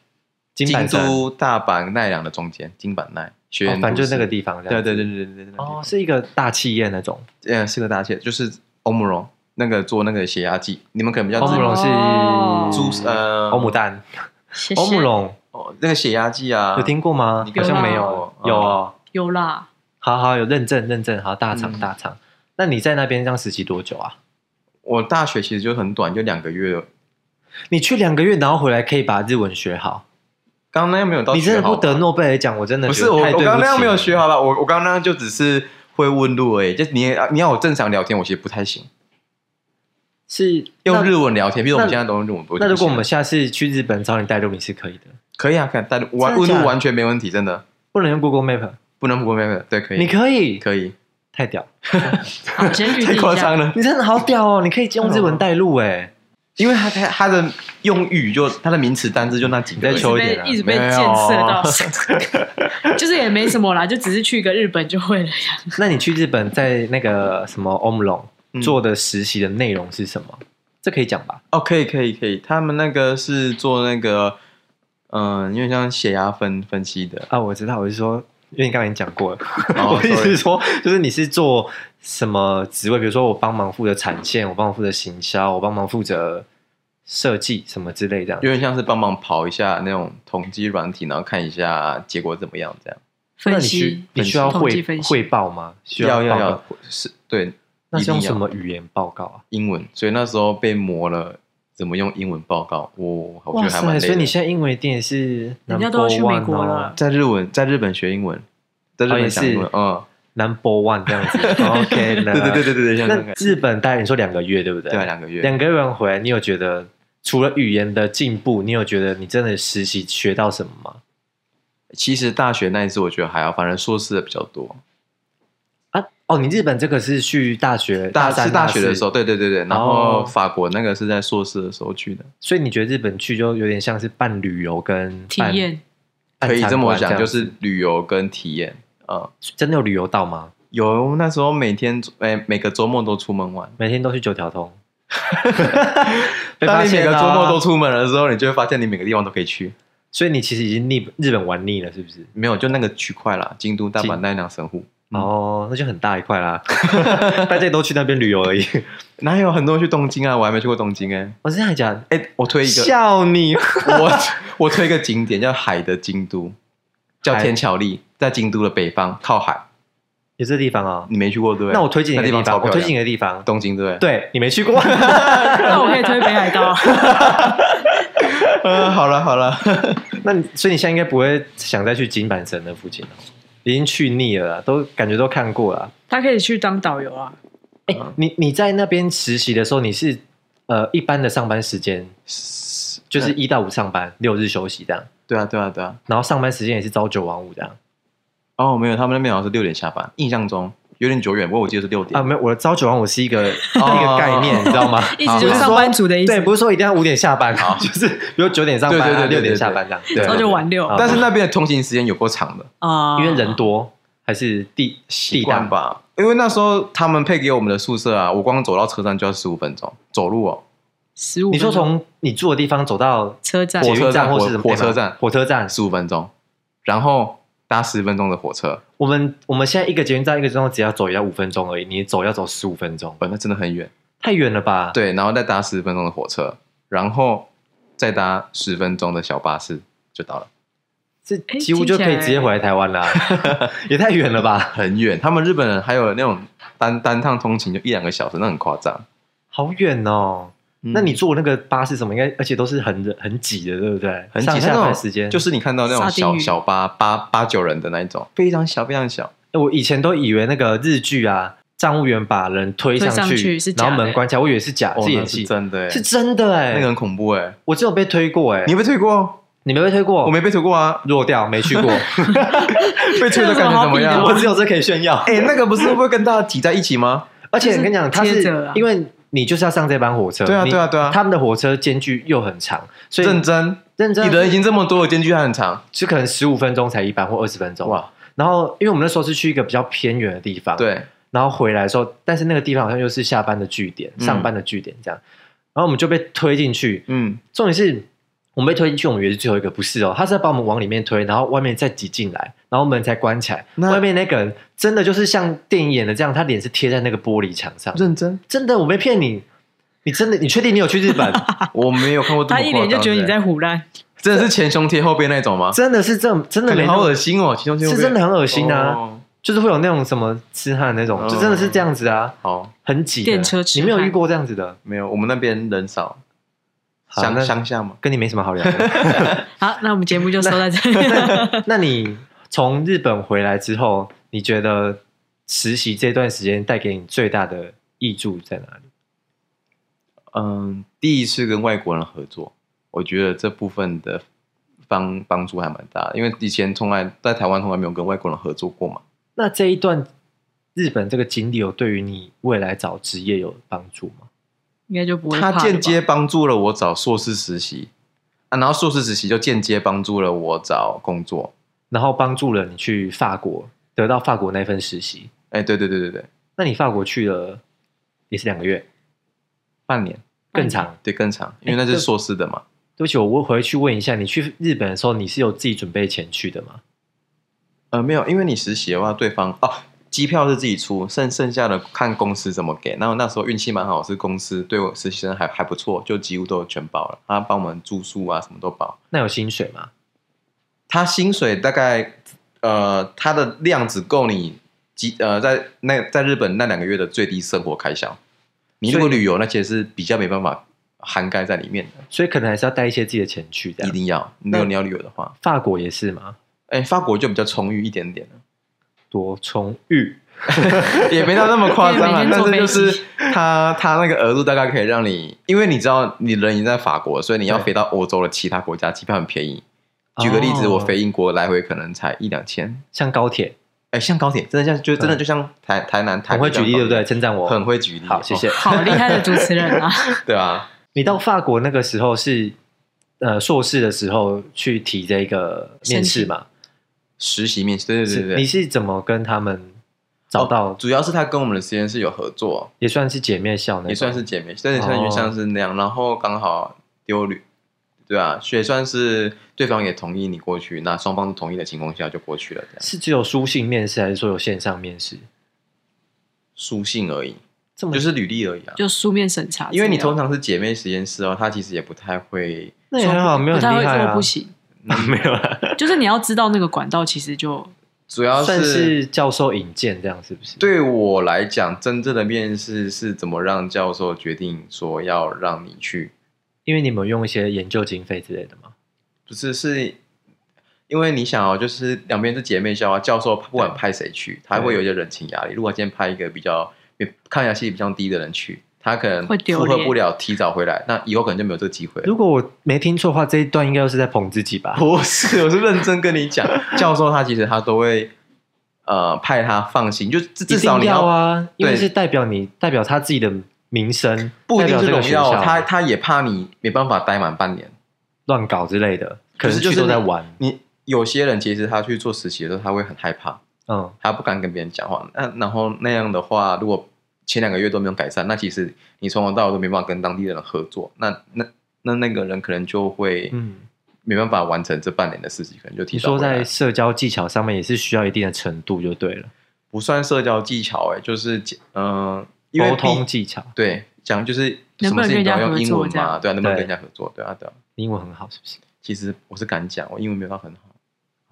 S1: 金板山，哦
S3: 珠、大阪、奈良的中间，金板奈学院，
S1: 反正就是那个。地方。这
S3: 对
S1: 样子
S3: 对对对对对。
S1: 哦，
S3: 哦，
S1: 是一个大企业那种。
S3: 嗯，是个大蟹，就是欧姆龙那个做那个血压计，你们可能比较
S1: 欧姆
S3: 知
S1: 龙是
S2: 哦
S3: 猪呃
S1: 欧姆蛋，
S2: 谢谢
S1: 欧姆龙
S3: 哦，那个血压计啊，
S1: 有听过吗
S3: 你？
S1: 好
S3: 有
S1: 像
S2: 啦
S1: 没有，
S3: 有
S1: 有哦。
S2: 有啦，
S1: 好好有认证认证，好大厂
S3: 嗯
S1: 大厂。那你在那边这样实习多久啊？
S3: 我大学其实就很短，就两个月。
S1: 你去两个月，然后回来可以把日文学好。
S3: 刚刚那样没有到，
S1: 你真的不得。诺贝尔奖，我真的
S3: 不
S1: 觉
S3: 是
S1: 得
S3: 我，我
S1: 太对
S3: 刚刚
S1: 不
S3: 那样
S1: 起
S3: 没有
S1: 了
S3: 学好吧？我我刚刚那样就只是会问路而已，就你也你要我正常聊天，我其实不太行。
S1: 是
S3: 用
S1: 那
S3: 日文聊天，比如我们
S1: 那
S3: 现在都用日文。就不
S1: 那如果
S3: 行
S1: 我
S3: 了
S1: 们下次去日本找你带路，你是可以的，
S3: 可以啊，可以啊，但
S1: 真
S3: 完
S1: 的
S3: 问
S1: 假的
S3: 路完全没问题，真的
S1: 不能用 Google Map，
S3: 不能不过没有，对，可以，
S1: 你可以，
S3: 可以，
S1: 太屌，
S2: 好，先预定
S3: *laughs* 太
S2: 一
S3: 夸
S2: 下。
S3: 张了，
S1: 你真的好屌哦，你可以用日文带
S3: 哦
S1: 路哎，
S3: 因为他他他的用语就他的名词单字就那几个而
S1: 你再
S3: 已，
S1: 求一
S2: 被
S1: 点啊
S2: 一直被
S3: 没有
S2: 建设到， *laughs* 就是也没什么啦，就只是去一个日本就会了。
S1: 那你去日本在那个什么 Omron
S3: 嗯
S1: 做的实习的内容是什么？这可以讲吧？
S3: 哦，可以可以可以，他们那个是做那个嗯，因为像血压分分析的，
S1: 啊，我知道，我是说。因为你刚才已经讲过了，
S3: 哦
S1: 我意思
S3: sorry
S1: 是说，就是你是做什么职位？比如说，我帮忙负责产线，我帮忙负责行销，我帮忙负责设计什么之类这样。
S3: 有点像是帮忙跑一下那种统计软体，然后看一下结果怎么样，这样
S1: *laughs* 那
S2: 分
S1: 你需
S2: 析
S1: 你需要
S2: 统计
S1: 汇
S2: 分析
S1: 汇报吗？需
S3: 要
S1: 报
S3: 要
S1: 告
S3: 要是对
S1: 那是用
S3: 一定要
S1: 什么语言报告啊？
S3: 英文，所以那时候被磨了。怎么用英文报告？我、我觉
S1: 哇
S3: 得还蛮累
S1: 塞！
S3: 的。
S1: 所以你现在英文一定也是
S2: 人家都要去
S1: number
S2: 美国
S1: one 哦
S2: 了
S3: 在日文，在日本学英文，在日
S1: 哦也
S3: 本
S1: 是
S3: 讲英文，嗯，
S1: number one 这
S3: *laughs*
S1: 样子。OK，哦
S3: 对对对对对对，像这
S1: 嗯那
S3: 个
S1: 日本待你说两个月对不对？
S3: 对啊，两个月，
S1: 两个月回来，你有觉得除了语言的进步，你有觉得你真的实习学到什么吗？
S3: 其实大学那一次我觉得还好，反正硕士的比较多。
S1: 啊，哦，你日本这个是去大学
S3: 大
S1: 三
S3: 是大学的时候，，对对对对，然
S1: 哦
S3: 后法国那个是在硕士的时候去的，
S1: 四所以你觉得日本去就有点像是办旅游跟
S2: 体
S1: 办，
S2: 验
S1: 办
S3: 可以
S1: 参
S3: 这么
S1: 观
S3: 讲，
S1: 样
S3: 就是旅游跟体验。嗯，
S1: 真的有旅游到吗？
S3: 有那时候每天哎每个周末都出门玩，
S1: 每天都去九条
S3: *laughs*
S1: 通，被
S3: 当
S1: 发
S3: 你每
S1: 现啊
S3: 个
S1: 啦
S3: 周末都出门的时候，你就会发现你每个地方都可以去。
S1: 所以你其实已经腻日本玩腻了，是不是？
S3: 没有，就那个区块啦，京都、大阪、
S1: 京
S3: 奈良、神户，嗯
S1: 哦，那就很大一块
S3: *laughs*
S1: 啦，大家都去那边旅游而已。
S3: 哪有很多人去东京啊？我还没去过东京哎、
S1: 我是这样讲，
S3: 哎、我推一个，
S1: 笑你，
S3: 我我推一个景点叫海的京都，叫
S1: 海
S3: 天桥立，在京都的北方靠海，
S1: 有这地方哦。
S3: 你没去过对不对？
S1: 那我推荐你
S3: 那
S1: 的
S3: 地
S1: 地
S3: 方超
S1: 方，我
S3: 漂
S1: 推荐
S3: 亮，
S1: 你的地方，
S3: 东京对不对？
S1: 对你没去过， *laughs*
S2: 那我可以推北海道，啊
S3: *laughs* 呃，好了好了，
S1: 那你所以你现在应该不会想再去金板神那附近了，已经去腻了啦，都感觉都看过了啦。
S2: 他可以去当导游啊。
S1: 哎、你你在那边实习的时候，你是呃一般的上班时间，就是一到五上班，六日休息这样，
S3: 对啊对啊对啊。
S1: 然后上班时间也是朝九晚五这样
S3: 哦，没有，他们那边好像是六点下班，印象中有点久远，不过我记得是六点。
S1: 啊？没有，我的朝九晚五是一
S3: *laughs*
S1: 个、
S3: 哦
S1: 一个概念，你知道吗？
S2: 意哦思就是
S1: 好
S2: 上班族的意思
S1: 对，不是说一定要五点下班，就是比如九点上班、啊，
S3: 对对对对
S1: 六
S3: 对
S1: 点
S3: 对
S1: 下班这样，
S3: 对
S2: 朝九晚六
S1: 啊
S3: 但是那边的通勤时间有够长的，
S2: 啊，
S1: 因为人多还是地
S3: 习
S1: 地大
S3: 惯吧？因为那时候他们配给我们的宿舍啊，我光走到车站就要十五分钟，走路哦。
S2: 十五。
S1: 你说从你住的地方走到
S2: 车站
S1: 捷
S3: 火
S1: 运
S3: 车站
S1: 或是什么
S3: 火
S1: 地方
S3: 火车站
S1: 火车站。
S3: 十五分钟，然后搭十分钟的火车，
S1: 我们我们现在一个捷运站一个钟只要走也要五分钟而已，你走要走十五分钟，
S3: 呃，那真的很远。
S1: 太远了吧？，
S3: 对，然后再搭十分钟的火车，然后再搭十分钟的小巴士就到了，
S1: 这
S2: 哎
S1: 几乎就可以直接回来台湾啦， *laughs* 也太远了吧？
S3: 很远。他们日本人还有那种单单趟通勤就一两个小时，那很夸张。
S1: 好远哦！
S3: 嗯
S1: 那你坐那个巴士什么，应该而且都是很人很挤的，对不对？
S3: 很
S1: 上
S3: 挤，
S1: 下
S3: 那
S1: 班
S3: 种
S1: 时间
S3: 就是你看到那种
S2: 沙丁
S3: 小
S2: 鱼
S3: 小巴八八九人的那一种，非常小，非常小。
S1: 哎我以前都以为那个日剧啊，账务员把人推
S2: 推上
S1: 上
S2: 去是假的
S1: 然后门关起来，我以为是假，
S3: 哦
S1: 是
S3: 那
S1: 演戏，
S3: 真的欸，
S1: 是真的哎、
S3: 那个很恐怖哎。
S1: 我只有被推过哎、
S3: 你有被推过？
S1: 你没被推过？
S3: 我没被推过
S1: *laughs*
S3: 啊，
S1: 弱掉，没去过，
S3: *laughs* 被推的感觉怎么
S1: *laughs*
S2: 这有什么好比的？
S3: 样
S1: 我
S2: 吗
S1: 只有这可以炫耀。
S3: 哎，那个不是会跟大家挤在一起吗？
S1: 而且我跟你讲，
S2: 就是
S1: 它
S2: 贴
S1: 是
S2: 着啊
S1: 因为你就是要上这班火车，
S3: 对啊
S1: 你
S3: 对啊对啊
S1: 他们的火车间距又很长，所以
S3: 认真，
S1: 认真
S3: 你人已经这么多了，间距还很长。
S1: 是可能十五分钟才一班或二十分钟哇。
S3: 哇，
S1: 然后因为我们那时候是去一个比较偏远的地方，，
S3: 对，
S1: 然后回来的时候，但是那个地方好像又是下班的据点、
S3: 嗯
S1: 上班的据点这样，然后我们就被推进去。
S3: 嗯，
S1: 重点是我们被推进去，我们以为是最后一个，不是哦，他是在把我们往里面推，然后外面再挤进来，然后门才关起来。
S3: 那
S1: 外面那个人真的就是像电影演的这样，他脸是贴在那个玻璃墙上，
S3: 认真，
S1: 真的，我没骗你，你真的，你确定你有去日 *laughs* 本？
S3: 我没有看过这么
S2: 他一脸就
S3: 夸张的
S2: 觉得你在胡乱，
S3: 真的是前胸贴后背那种吗？
S1: 真的是这种，真的
S3: 感
S1: 没
S3: 觉
S1: 那
S3: 好
S1: 么
S3: 恶心哦，前胸贴后
S1: 是
S3: 背
S1: 真的很恶心啊，
S3: 哦
S1: 就是会有那种什么痴汉那种，
S3: 哦
S1: 就真的是这样子啊，
S3: 好，
S1: 很挤的。
S2: 电车痴
S1: 你
S2: 汉
S1: 没有遇过这样子的，
S3: 没有，我们那边人少，
S1: 好那
S3: 乡乡下嘛。
S1: 跟你没什么好聊的。
S2: 好，那我们节目就收在这里。
S1: *laughs* 那你从日本回来之后，你觉得实习这段时间带给你最大的益处在哪里？
S3: 嗯，第一次跟外国人合作，我觉得这部分的帮帮助还蛮大的，因为以前从来在台湾从来没有跟外国人合作过嘛。
S1: 那这一段日本这个经历有对于你未来找职业有帮助吗？
S2: 应该就不会怕了
S3: 他
S2: 吧哎
S3: 间接帮助了我找硕士实习啊，然后硕士实习就间接帮助了我找工作。
S1: 然后帮助了你去法国，得到法国那份实习。
S3: 哎，对对对对对，
S1: 那你法国去了也是两个月，
S3: 半年
S2: 嗯
S1: 更长。
S3: 对更长，因为那
S1: 哎
S3: 是
S1: 对
S3: 硕士的嘛。
S1: 对不起，我回去问一下，你去日本的时候，你是有自己准备钱去的吗？
S3: 呃，没有，因为你实习的话，对方哦，机票是自己出，剩剩下的看公司怎么给。然后那时候运气蛮好，是公司对我实习生还还不错，就几乎都有全包了，他帮我们住宿啊，什么都包。
S1: 那有薪水吗？
S3: 他薪水大概呃，他的量只够你几呃，在那在日本那两个月的最低生活开销。你如果
S1: 所以
S3: 旅游那些是比较没办法涵盖在里面的，
S1: 所以可能还是要带一些自己的钱去的
S3: 一。定要。如
S1: 啊那
S3: 果你要旅游的话，
S1: 法国也是吗？ *laughs*
S3: 哎，法国就比较充裕一点点了。
S1: 多充裕。啊
S3: 也没到那么夸张啊
S2: 对每天，
S3: 但
S2: 坐
S3: 是
S2: 飞
S3: 就是
S2: 机
S3: 它它那个额度大概可以让你，因为你知道你人已经在法国，所以你要
S1: 对
S3: 飞到欧洲的其他国家，机票很便宜。举个例子，
S1: 哦
S3: 我飞英国来回可能才一两千，
S1: 像高铁，
S3: 哎，像高铁，真的像就真的就像台台南台
S1: 很
S3: 北
S1: 会举例，对不
S3: 这样高
S1: 对？
S3: 铁？
S1: 称赞我，
S3: 很会举例，
S1: 好，谢谢
S3: 哦。
S2: 好厉害的主持人
S3: *laughs*
S2: 啊！
S3: 对啊，
S1: 你到法国那个时候是呃硕士的时候去提这个面试嘛？
S3: 实习面试，对对对
S1: 是
S3: 对，
S1: 你
S3: 对
S1: 是怎么跟他们找到？
S3: 哦主要是他跟我们的实验室有合作，
S1: 也算是姐妹校那种，
S3: 也算是姐妹，但是像
S1: 哦
S3: 像是那样，然后刚好丢旅，对啊，所以算是对方也同意你过去，那双方都同意的情况下就过去了，这样
S1: 是只有书信面试，还是说有线上面试？
S3: 书信而已，
S1: 这么
S3: 就是履历而已啊。
S2: 就书面审查资料，
S3: 因为你通常是姐妹实验室哦，他其实也不太会，
S1: 那也还好，没有
S2: 不
S1: 很
S2: 太会
S1: 厉害
S2: 做
S1: 啊
S2: 不，行，
S3: 嗯
S1: 没有
S3: 啊
S1: 啦，
S2: *laughs* 就是你要知道那个管道，其实
S3: *laughs*
S2: 就
S3: 主要
S1: 算
S3: 是
S1: 是教授引荐这样，是不是？，
S3: 对我来讲，真正的面试是怎么让教授决定说要让你去，
S1: 因为你们有用一些研究经费之类的嘛。
S3: 不是是。因为你想哦，就是两边是姐妹校啊，教授不管
S1: 对
S3: 派谁去，他
S1: 对
S3: 会有一些人情压力。如果今天派一个比较抗压性比较低的人去，他可能
S2: 会丢
S3: 负荷
S2: 脸
S3: 不了，提早回来，那以后可能就没有这个机会了。
S1: 如果我没听错的话，这一段应该又是在捧自己吧？
S3: 不是，我是认真跟你
S1: *laughs*
S3: 讲，教授他其实他都会呃派他放心，就至至少
S1: 一
S3: 你
S1: 定
S3: 要
S1: 要啊，因为
S3: 对
S1: 是代表你代表他自己的名声，
S3: 不一定是
S1: 代表这个
S3: 荣
S1: 学
S3: 耀，
S1: 校啊
S3: 他他也怕你没办法待满半年，
S1: 乱搞之类的，可能
S3: 就
S1: 去
S3: 是
S1: 都在玩。
S3: 你你有些人其实他去做实习的时候，他会很害怕，
S1: 嗯，
S3: 他不敢跟别人讲话。那然后那样的话，如果前两个月都没有改善，那其实你从头到尾都没办法跟当地人合作，那那那那个人可能就会
S1: 嗯
S3: 没办法完成这半年的事情，可能就提
S1: 你
S3: 早
S1: 说
S3: 回来。
S1: 在社交技巧上面也是需要一定的程度就对了，
S3: 不算社交技巧、欸，哎，就是嗯、呃因为
S1: 沟通
S3: 毕
S1: 技巧，
S3: 对，讲就是
S2: 能
S3: 什
S2: 不
S3: 么
S2: 能
S3: 事
S2: 跟人
S3: 情都
S2: 家
S3: 要
S2: 合
S3: 用英
S2: 作
S3: 文
S2: 这
S3: 嘛，
S2: 样
S3: 对啊，能不能
S1: 对
S3: 跟人家合作，对啊，对啊。
S1: 你英文很好是不是？
S3: 其实我是敢讲，我英文没有到很好，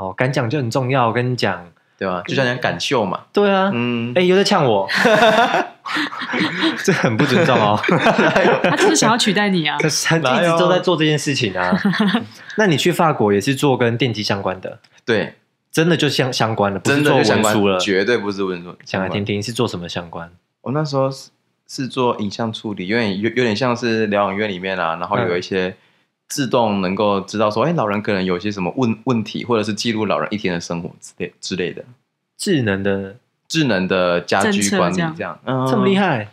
S1: 哦，敢讲就很重要，我跟你讲，
S3: 对吧、就像人家敢秀嘛，
S1: 对啊，
S3: 嗯
S1: 哎、，又在呛
S3: *laughs*
S1: 我，这很不尊重哦。
S2: 他就是想要取代你啊。
S1: 可是他
S3: 哪
S1: 一直
S3: 有
S1: 都在做这件事情
S3: *laughs*
S1: 啊。那你去法国也是做跟电机相关的，
S3: 对，
S1: 真的就相相关的，不是
S3: 真的
S1: 做
S3: 就
S1: 文
S3: 相关
S1: 书了。
S3: 绝对不是文书。
S1: 想来听听是做什么相关？
S3: 我那时候是是做影像处理，有点有有点像是疗养院里面啊，然后
S1: 嗯
S3: 有一些自动能够知道说，哎、老人可能有一些什么问问题，或者是记录老人一天的生活之类之类的，
S1: 智能的
S3: 智能的家
S2: 政
S3: 居
S2: 策
S3: 管理
S2: 这样
S3: 这样，嗯
S1: 这么厉害？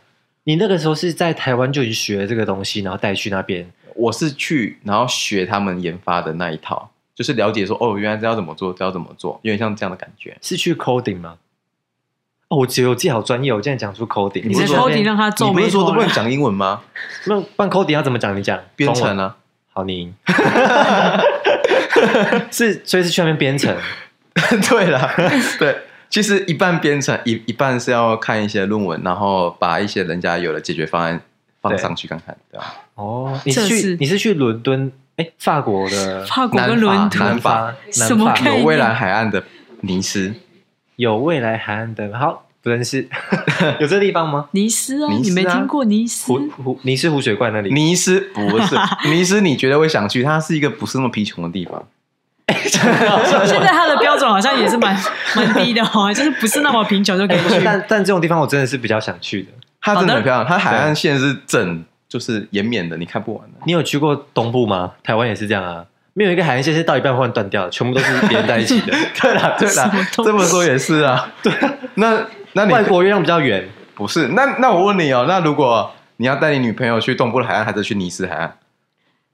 S1: 你那个时候是在台湾就已经学这个东西，然后带去那边，
S3: 我是去然后学他们研发的那一套，就是了解说哦，原来这要怎么做，这要怎么做，有点像这样的感觉。
S1: 是去 coding 吗？哦，我觉得我自己好专业哦，我竟然讲出 coding。
S2: 你
S3: 不
S2: 在
S3: 是说
S2: coding 让他
S3: 你
S2: 皱
S3: 不
S2: 眉
S3: 是说
S2: 头
S3: 都不
S2: 了
S3: 能，讲英文
S1: *laughs*
S3: 吗？
S1: 那办 coding 要怎么讲？你讲
S3: 编
S1: 中
S3: 程
S1: 文？
S3: 啊，
S1: 好，你 *laughs* 赢。是，所以是去那边编程。
S3: *laughs* 对啦，对，其实一半编程，一一半是要看一些论文，然后把一些人家有的解决方案放上去看看，对吧？
S1: 哦，你
S2: 这
S1: 是去
S2: 是
S1: 你是去伦敦？哎，法国的
S2: 法国跟
S3: 南法
S2: 伦
S3: 南
S2: 敦
S1: 南法，
S2: 什么
S1: 南法
S2: 概念
S3: 有蔚蓝海岸的尼斯，
S1: 有未来海岸的？好，不认识， *laughs* 有这地方吗？
S2: 尼斯啊，
S3: 尼斯啊
S2: 你没听过尼斯
S3: *laughs*
S1: 湖？湖尼斯湖水怪那里？
S3: 尼斯不 *laughs* 是尼斯，你绝对会想去，它是一个不是那么贫穷的地方。
S2: 现在他的标准好像也是蛮 *laughs* 蛮低的哦，就是不是那么贫穷就可以
S3: *laughs*
S1: 诶
S3: 啊
S2: 去。
S1: 但但这种地方我真的是比较想去的。
S3: 它真的很漂亮，它海
S1: 对
S3: 岸线是整就是延绵的，你看不完的。
S1: 你有去过东部吗？台湾也是这样啊，没有一个海岸线是到一半忽然断掉的，全部都是连在一起 *laughs* 的。
S3: *laughs* 对啦，对
S2: 什
S3: 啦
S2: 么，东西
S3: 这么说也是啊。对，那那你
S1: 外国月亮比较 *laughs* 圆，
S3: 不是？那那我问你哦，那如果你要带你女朋友去东部的海岸，还是去尼斯海岸？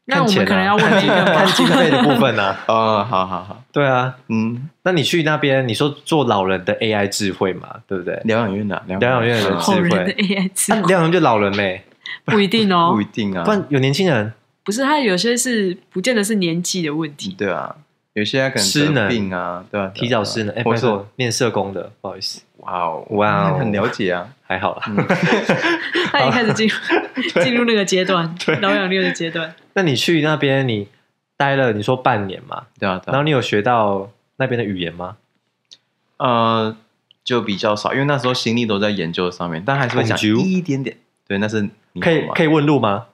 S2: 那我
S1: 看钱
S2: 们
S1: 啊
S2: 可能要问一个
S1: 看经费的部分啊。
S3: 哦，好好好，
S1: 对啊，
S3: 嗯，
S1: 那你去那边，你说做老人的 AI 智慧嘛，对不对？
S3: 疗养院的
S1: 疗养院的
S3: 嗯
S1: 智
S2: 后
S1: 慧
S2: 人的 AI 智
S3: *laughs*
S1: 那
S2: 慧
S1: 两人就老人嘞，
S2: 不一定哦
S3: 啊不一，定啊
S1: 不，然有年轻人
S2: 不是他有些是不见得是年纪的问题，
S3: 对啊，有些可
S1: 失
S3: 能
S1: 能
S3: 得病啊，对啊，对啊
S1: 提早失能，
S3: 对
S1: 哎，
S3: 啊
S1: 不
S3: 或是
S1: 是我念社工的，不好意思，
S3: 哇哦
S1: 哇哦
S3: 很了解啊，
S1: 还好啦。
S2: *laughs* 他也开始进入进入那个阶段，疗养院的阶段。
S1: 那你去那边你待了，你说半年嘛，
S3: 对啊，对
S1: 然
S3: 啊
S1: 后，你有学到那边的语言吗？
S3: 呃，就比较少，因为那时候心力都在研究上面，但还是会讲
S1: Bonjour
S3: 一点点。对，那是
S1: 可以可以
S3: 以，
S1: 问路吗？
S3: 嗯啊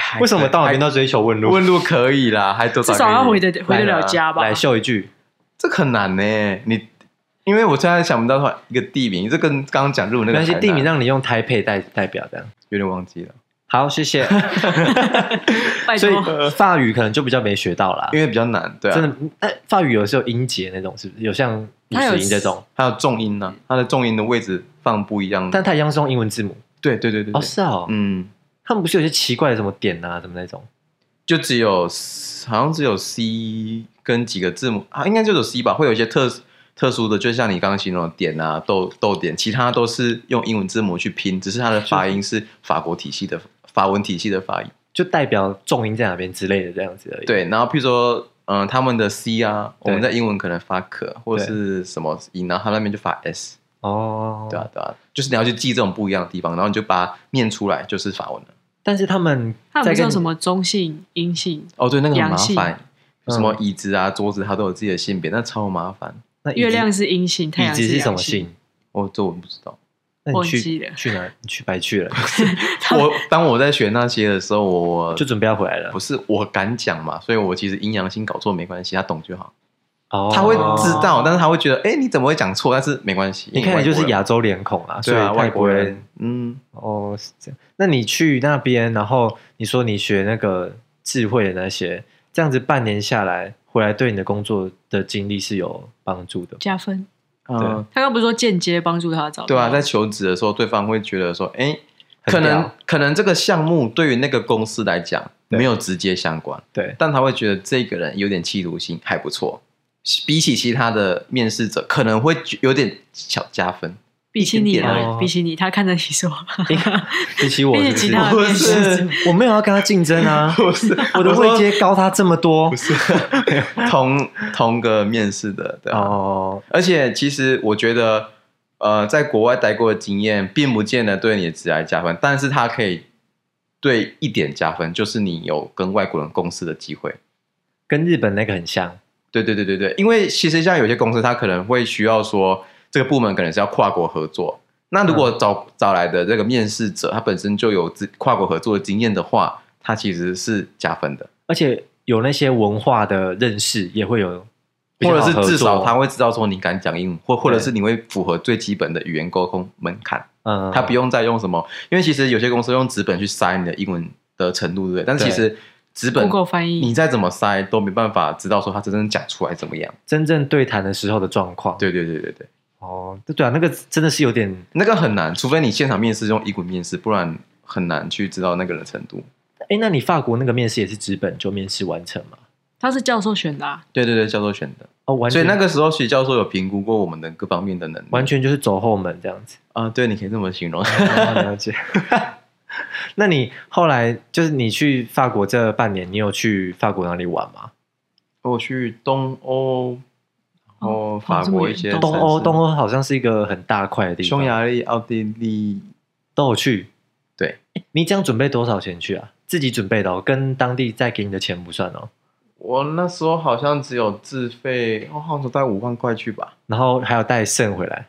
S3: 还
S1: 为什么到那
S3: 还
S1: 边都追求问路？
S3: 问路可以啦，还多
S2: 至少要
S3: 可以
S2: 回得回得了家吧
S1: 来秀一句，
S3: 这个很难呢、你因为我现在想不到的话，一个地名，这跟刚刚讲日文
S1: 没
S3: 那个
S1: 关系，
S3: 台南
S1: 地名啊让你用台配代代表这样。
S3: 有点忘记了，
S1: 好，谢
S3: *laughs*
S1: 谢。
S2: 拜
S1: 所以
S2: 托，
S1: 法语可能就比较没学到啦
S3: 因，为比较难，对
S1: 真
S3: 啊，
S1: 的。哎，法语有是有音节那种，是不是有像五
S2: 它有
S1: 十音这种？
S3: 还有重音呢，它的重音的位置放不一样，
S1: 但它一样是用英文字母。
S3: 对对对对
S1: 哦，
S3: 对，
S1: 是哦，
S3: 嗯，
S1: 他们不是有些奇怪的什么点啊，什么那种？
S3: 就只有 C- 好像只有 C 跟几个字母啊，应该就有 C 吧，会有一些特特殊的，就像你刚刚形容的点啊、逗逗点，其他都是用英文字母去拼，只是它的发音是法国体系的法文体系的发音。
S1: 就代表重音在哪边之类的这样子而已。，
S3: 对，然后譬如说，嗯、他们的 C 啊，我
S1: 对
S3: 们在英文可能发可或
S1: 对
S3: 是什么音，然后他们那边就发 S，
S1: 哦，
S3: 对啊，对啊，就是你要去记这种不一样的地方，然后你就把它念出来，就是法文了。
S1: 但是他们
S2: 他们
S1: 在
S2: 不是有
S1: 跟
S2: 什么中性、阴性？
S3: 哦，对，那个很麻
S2: 阳性
S3: 烦，
S1: 嗯
S3: 什么椅子啊、桌子，它都有自己的性别，那超麻烦。
S1: 那椅
S2: 月
S1: 子
S2: 亮是阴性，太
S1: 椅
S2: 阳
S1: 子是
S2: 阳
S1: 什么
S2: 性？
S1: 姓？
S3: 哦，这我不知道。
S1: 那你
S2: 忘记
S1: 去
S2: 了
S1: 去哪？你去白去了， *laughs*
S3: 我当我在学那些的时候，我
S1: 就准备要回来了
S3: 不。是我敢讲嘛，所以我其实阴阳性搞错没关系，他懂就好。
S1: 哦
S3: 他会知道，但是他会觉得，哎、你怎么会讲错？但是没关系，
S1: 一看
S3: 你
S1: 你就是亚洲脸孔啊，所
S3: 对
S1: 以
S3: 啊，
S1: 他
S3: 外
S1: 也不
S3: 国
S1: 会
S3: 人。，嗯，
S1: 哦，是这样。那你去那边，然后你说你学那个智慧的那些，这样子半年下来，回来对你的工作的经历是有帮助的。
S2: 加分。
S1: 嗯哦
S3: 呃
S2: 他刚不是说间接帮助他找
S3: 对啊，
S2: 到
S3: 在求职的时候，对方会觉得说，哎、
S1: 很
S3: 可能
S1: 屌
S3: 可能这个项目对于那个公司来讲
S1: 对
S3: 没有直接相关，
S1: 对，
S3: 但他会觉得这个人有点企图心，还不错。比起其他的面试者，可能会有点小加分。
S2: 比起
S3: 一
S2: 你
S3: 点点
S1: 而已
S2: 啊，比起你，他看着你说， *laughs*
S1: 比起我
S2: 比
S1: 是不是
S2: 起其他
S3: 不是，
S1: 我没有要跟他竞争啊，
S3: 不是
S1: 我的
S3: *laughs* 我说
S1: 位阶高他这么多
S3: 不是 *laughs* 同同个面试的，对啊、
S1: 哦，
S3: 而且其实我觉得，呃，在国外待过的经验，并不见得对你的职业加分，但是它可以对一点加分，就是你有跟外国人共事的机会。
S1: 跟日本那个很像。
S3: 对对对对对，因为其实像有些公司，它可能会需要说，这个部门可能是要跨国合作。那如
S1: 嗯
S3: 果找、找来的这个面试者，他本身就有自跨国合作的经验的话，他其实是加分的。
S1: 而且有那些文化的认识，也会有比
S3: 或
S1: 较好
S3: 者
S1: 合作，
S3: 是至少他会知道说你敢讲英文，或或者
S1: 对
S3: 是你会符合最基本的语言沟通门槛，
S1: 嗯，
S3: 他不用再用什么，因为其实有些公司用纸本去筛你的英文的程度，对不对？但是其实纸本
S2: Google 翻译
S3: 你再怎么筛都没办法知道说他真正讲出来怎么样。
S1: 真正对谈的时候的状况。
S3: 对对对对对，
S1: 哦，对啊，那个真的是有点，
S3: 那个很难，除非你现场面试用英文面试，不然很难去知道那个人的程度。
S1: 哎，那你法国那个面试也是纸本就面试完成嘛？
S2: 他是教授选的啊，
S3: 对对对，教授选的，
S1: 哦，完
S3: 所
S1: 全
S3: 以那个时候徐教授有评估过我们的各方面的能力。
S1: 完全就是走后门这样子。
S3: 啊、对，你可以这么
S1: *laughs*
S3: 形容。
S1: 哦了解。那你后来就是你去法国这半年，你有去法国哪里玩吗？
S3: 我去东欧，然后
S2: 哦
S3: 法
S2: 这么
S3: 国
S2: 远
S3: 一些
S2: 对
S1: 东欧，东
S3: 欧、
S1: 欧好像是一个很大块的地方，
S3: 匈牙利、奥地利，
S1: 都有去。
S3: 对
S1: 诶，你这样准备多少钱去啊？自己准备的哦，跟当地再给你的钱不算哦。
S3: 我那时候好像只有自费，我好像带五万块去吧。
S1: 然后还有带剩回来。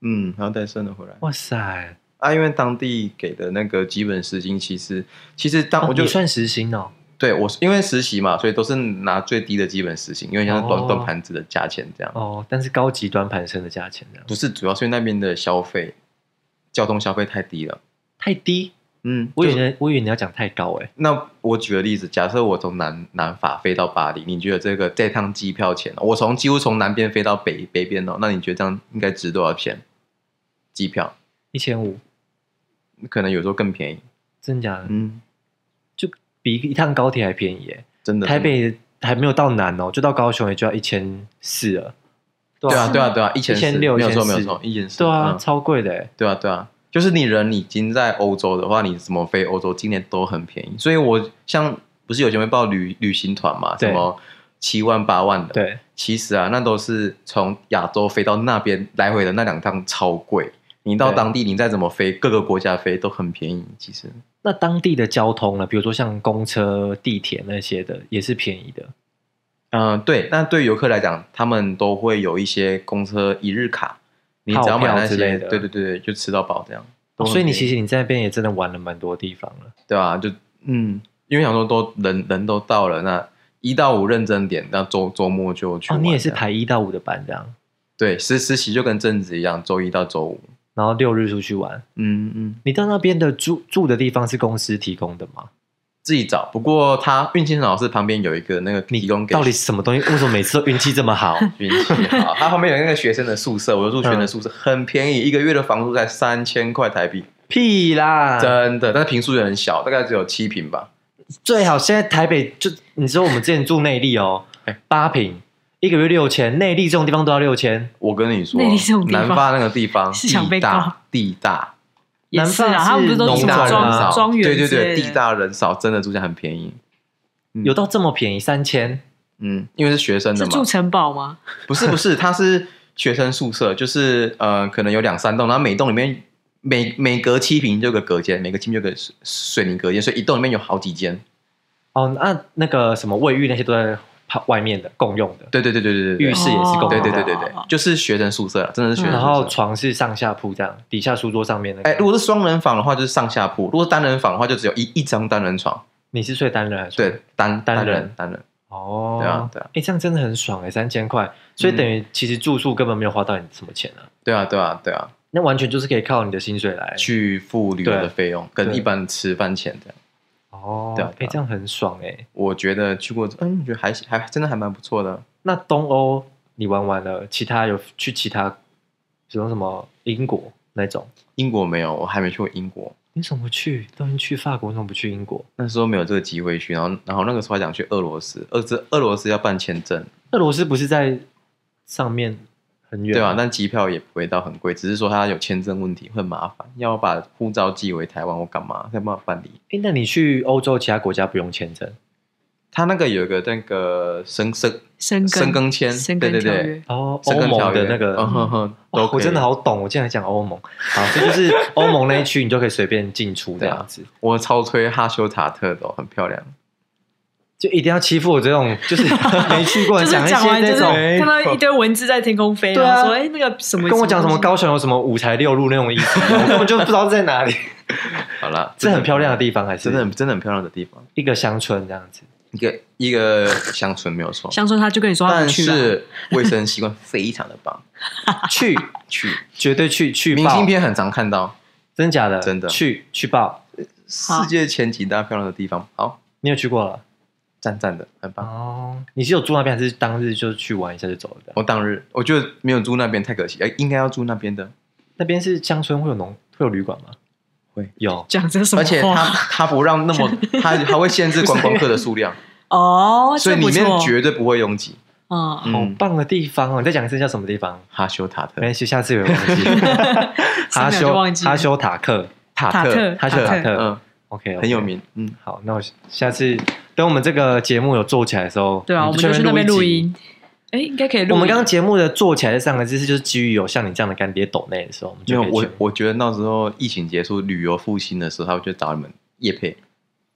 S3: 嗯，然后带剩的回来
S1: 哇塞，
S3: 啊，因为当地给的那个基本时薪，其实其实当
S1: 哦
S3: 我就、
S1: 你算时薪哦。
S3: 对我是因为实习嘛，所以都是拿最低的基本时薪，因为像是短、
S1: 哦
S3: 短盘子的价钱这样，
S1: 哦，但是高级端盘生的价钱这样
S3: 不是主要是因为那边的消费，交通消费太低了。
S1: 太低，
S3: 嗯，
S1: 我以
S3: 就
S1: 为我以为你要讲太高哎、
S3: 那我举个例子，假设我从南南法飞到巴黎，你觉得这个这趟机票钱，我从几乎从南边飞到北北边哦，那你觉得这样应该值多少钱？机票
S1: 一千五，
S3: 可能有时候更便宜，
S1: 真假的？
S3: 嗯，
S1: 就比一趟高铁还便宜哎、
S3: 真的。
S1: 台北还没有到南哦，就到高雄也就要一千四了。
S3: 对啊，对啊，对啊，一千
S1: 1600
S3: 没有错，
S1: 1400
S3: 没有错，一千四，
S1: 对啊，
S3: 嗯
S1: 超贵的哎。
S3: 对啊，对啊，就是你人已经在欧洲的话，你怎么飞欧洲，今年都很便宜。所以我像不是有些会报旅旅行团嘛，
S1: 对
S3: 什么七万八万的，，
S1: 对，
S3: 其实啊，那都是从亚洲飞到那边来回的那两趟超贵。你到
S1: 对
S3: 当地，你再怎么飞，各个国家飞都很便宜。其实
S1: 那当地的交通呢？比如说像公车、地铁那些的，也是便宜的。
S3: 嗯、对，那对游客来讲，他们都会有一些公车一日卡，你只要买那
S1: 套票之类
S3: 些，
S1: 的
S3: 对对对对，就吃到饱这样。
S1: 哦
S3: 都很
S1: 所以你
S3: 便宜
S1: 其实你在那边也真的玩了蛮多地方了。
S3: 对啊，就嗯，因为想说都人人都到了，那一到五认真点，那周周末就去
S1: 哦，
S3: 玩
S1: 你也是
S3: 这样
S1: 排一到五的班这样。
S3: 对，实实习就跟正职一样，周一到周五。
S1: 然后六日出去玩。
S3: 嗯嗯，
S1: 你到那边的住住的地方是公司提供的吗？
S3: 自己找。不过他运气很好，是旁边有一个那个
S1: 你
S3: 提供给
S1: 到底什么东西？为什么每次都运气这么
S3: *laughs*
S1: 好？
S3: 运气好，他旁边有那个学生的宿舍，我就入学生的宿舍，很便宜，一个月的房租才三千块台币，
S1: 屁啦！
S3: 真的。但是平数也很小，大概只有七平吧。
S1: 最好现在台北就你说我们之前住内地哦
S3: 哎，
S1: 八平一个月六千，内地这种地方都要六千。
S3: 我跟你说
S2: 内地这种，地方
S3: 南发那个地方
S2: 是想被
S3: 地
S2: 告
S3: 大地大，
S2: 也是
S1: 南
S2: 啊，
S1: 方
S2: 他们不是都
S1: 是
S3: 地
S1: 农
S2: 什么
S3: 大
S1: 村
S3: 人
S1: 啊
S2: 庄
S3: 少，
S2: 庄园
S3: 对对
S2: 之类
S3: 对，
S2: 的
S3: 地大人少，真的住家很便宜。嗯
S1: 有到这么便宜三千？
S3: 嗯，因为是学生的
S2: 是
S3: 嘛，
S2: 住城堡吗？
S3: 不
S2: *laughs*
S3: 是不是，它是学生宿舍，就是呃，可能有两三栋，然后每栋里面每每隔七平就有个隔间，每个七平就有个水水泥隔间，所以一栋里面有好几间。
S1: 哦，那那个什么卫浴那些都在外面的共用的，
S3: 对对对对对对
S1: 浴室也是共
S3: 对
S1: 用的，
S3: 对对对对
S2: 哦，
S3: 就是学生宿舍啦，真的是学生
S1: 然
S3: 宿
S1: 后
S3: 舍。
S1: 床是上下铺这样，底下书桌上面那个。
S3: 嗯哎，如果是双人房的话，就是上下铺；如果是单人房的话，就只有一一张单人床。
S1: 你是睡单人还是睡？
S3: 对，单
S1: 单
S3: 单
S1: 人
S3: 人单人，
S1: 哦，
S3: 对啊对啊
S1: 哎，这样真的很爽哎，三千块，所以
S3: 嗯
S1: 等于其实住宿根本没有花到你什么钱啊，
S3: 对啊对啊对啊，
S1: 那完全就是可以靠你的薪水来
S3: 去付旅游的费用跟
S1: 对
S3: 一般吃饭钱这样。
S1: 哦，
S3: 对啊
S1: 哎
S3: 对啊，
S1: 这样很爽哎。
S3: 我觉得去过，嗯，觉得还还真的还蛮不错的。
S1: 那东欧你玩完了，其他有去其他，比如说什么英国那种，
S3: 英国没有，我还没去过英国。
S1: 你怎么不去？都已经去法国，你怎么不去英国？
S3: 那时候没有这个机会去，然后然后那个时候还想去俄罗斯，俄斯俄罗斯要办签证，
S1: 俄罗斯不是在上面很远
S3: 对啊吧、
S1: 吗？
S3: 但机票也不会到很贵，只是说它有签证问题会很麻烦，要把护照寄回台湾或干嘛，才办法办理。
S1: 哎，那你去欧洲其他国家不用签证
S3: 它那个有一个那个生生
S2: 深
S3: 生
S2: 根
S3: 根签，
S2: 深
S3: 对
S2: 根
S3: 对
S2: 条
S3: 对，
S2: 约，
S1: 哦，
S3: 生
S1: 欧
S3: 根条
S1: 盟
S3: 约
S1: 的那个，
S3: 嗯哼哼，都
S1: 哦我真的
S3: 可以，
S1: 好懂，我竟然讲欧盟，好，这就是欧盟那一区，你就可以随便进出这
S3: 对啊
S1: 样子，
S3: 我超推哈修塔特的哦、很漂亮。
S1: 就一定要欺负我这种
S3: *laughs*
S1: 就是没去过，
S2: 就是
S1: 讲一
S2: 讲
S1: 些
S2: 完就
S1: 那
S2: 是
S1: 种。
S3: 哎
S2: 看到一堆文字在天空飞，
S1: 对啊
S2: 然后说哎那个什么
S1: 跟我讲什么
S2: 东西
S1: 高雄有什么五才六路那种意思，我根本就不知道在
S3: *laughs*
S1: 哪里。
S3: 好啦，
S1: 是很漂亮的地方，还是
S3: 真的很真的很漂亮的地方，
S1: 一个乡村这样子？
S3: 一个一个乡村没有错，
S2: 乡村他就跟你说他
S3: 但
S2: 不啊去了，
S3: 是卫生习惯非常的
S2: *laughs*
S3: 棒，
S1: 去
S3: *laughs* 去
S1: 绝对去去
S3: 明
S1: 爆
S3: 信，片很常看到。
S1: 真假的？
S3: 真的
S1: 去去报，
S2: 好
S3: 世界前几大漂亮的地方，好，
S1: 你有去过了？
S3: 赞赞的，很棒。
S1: 哦，你是有住那边，还是当日就去玩一下就走了的？
S3: 我当日我觉得没有住那边太可惜，哎，应该要住那边的。
S1: 那边是乡村，会有农会有旅馆吗？
S3: 会
S1: 有
S2: 讲这什么
S3: 而且他
S2: 话？
S3: 他不让
S2: *laughs*
S3: 那么，他他会限制观光客的数量，
S2: 哦，
S3: 所以
S2: 这
S3: 里
S2: 不
S3: 面
S2: 错
S3: 绝对不会拥挤。
S2: 嗯，
S1: 好
S3: 嗯，
S1: 棒的地方哦！你再讲一次叫什么地方？
S3: 哈修塔特
S1: 没，关系，下次有忘
S3: *laughs*
S1: 记。哈
S2: 三秒就忘记
S1: 修哈
S2: 了
S1: 修塔克
S3: 呃塔
S2: 塔特
S1: 哈修塔
S2: 塔
S1: 克
S3: 嗯，
S1: ，OK，
S3: 很有。名，嗯，
S1: 好，那我下次等我们这个节目有做起来的时候，
S2: 对啊，我们就去
S1: 顺
S2: 那
S1: 便
S2: 边录
S1: 一集
S2: 音，哎应该可以录音。
S1: 我们刚刚节目的做起来这三个字是，就是基于有像你这样的干爹抖内的时候，我们
S3: 没
S1: 就
S3: 有
S1: 可以
S3: 我
S1: 去
S3: 我觉得那时候疫情结束，旅游复兴的时候，他会去找你们叶配，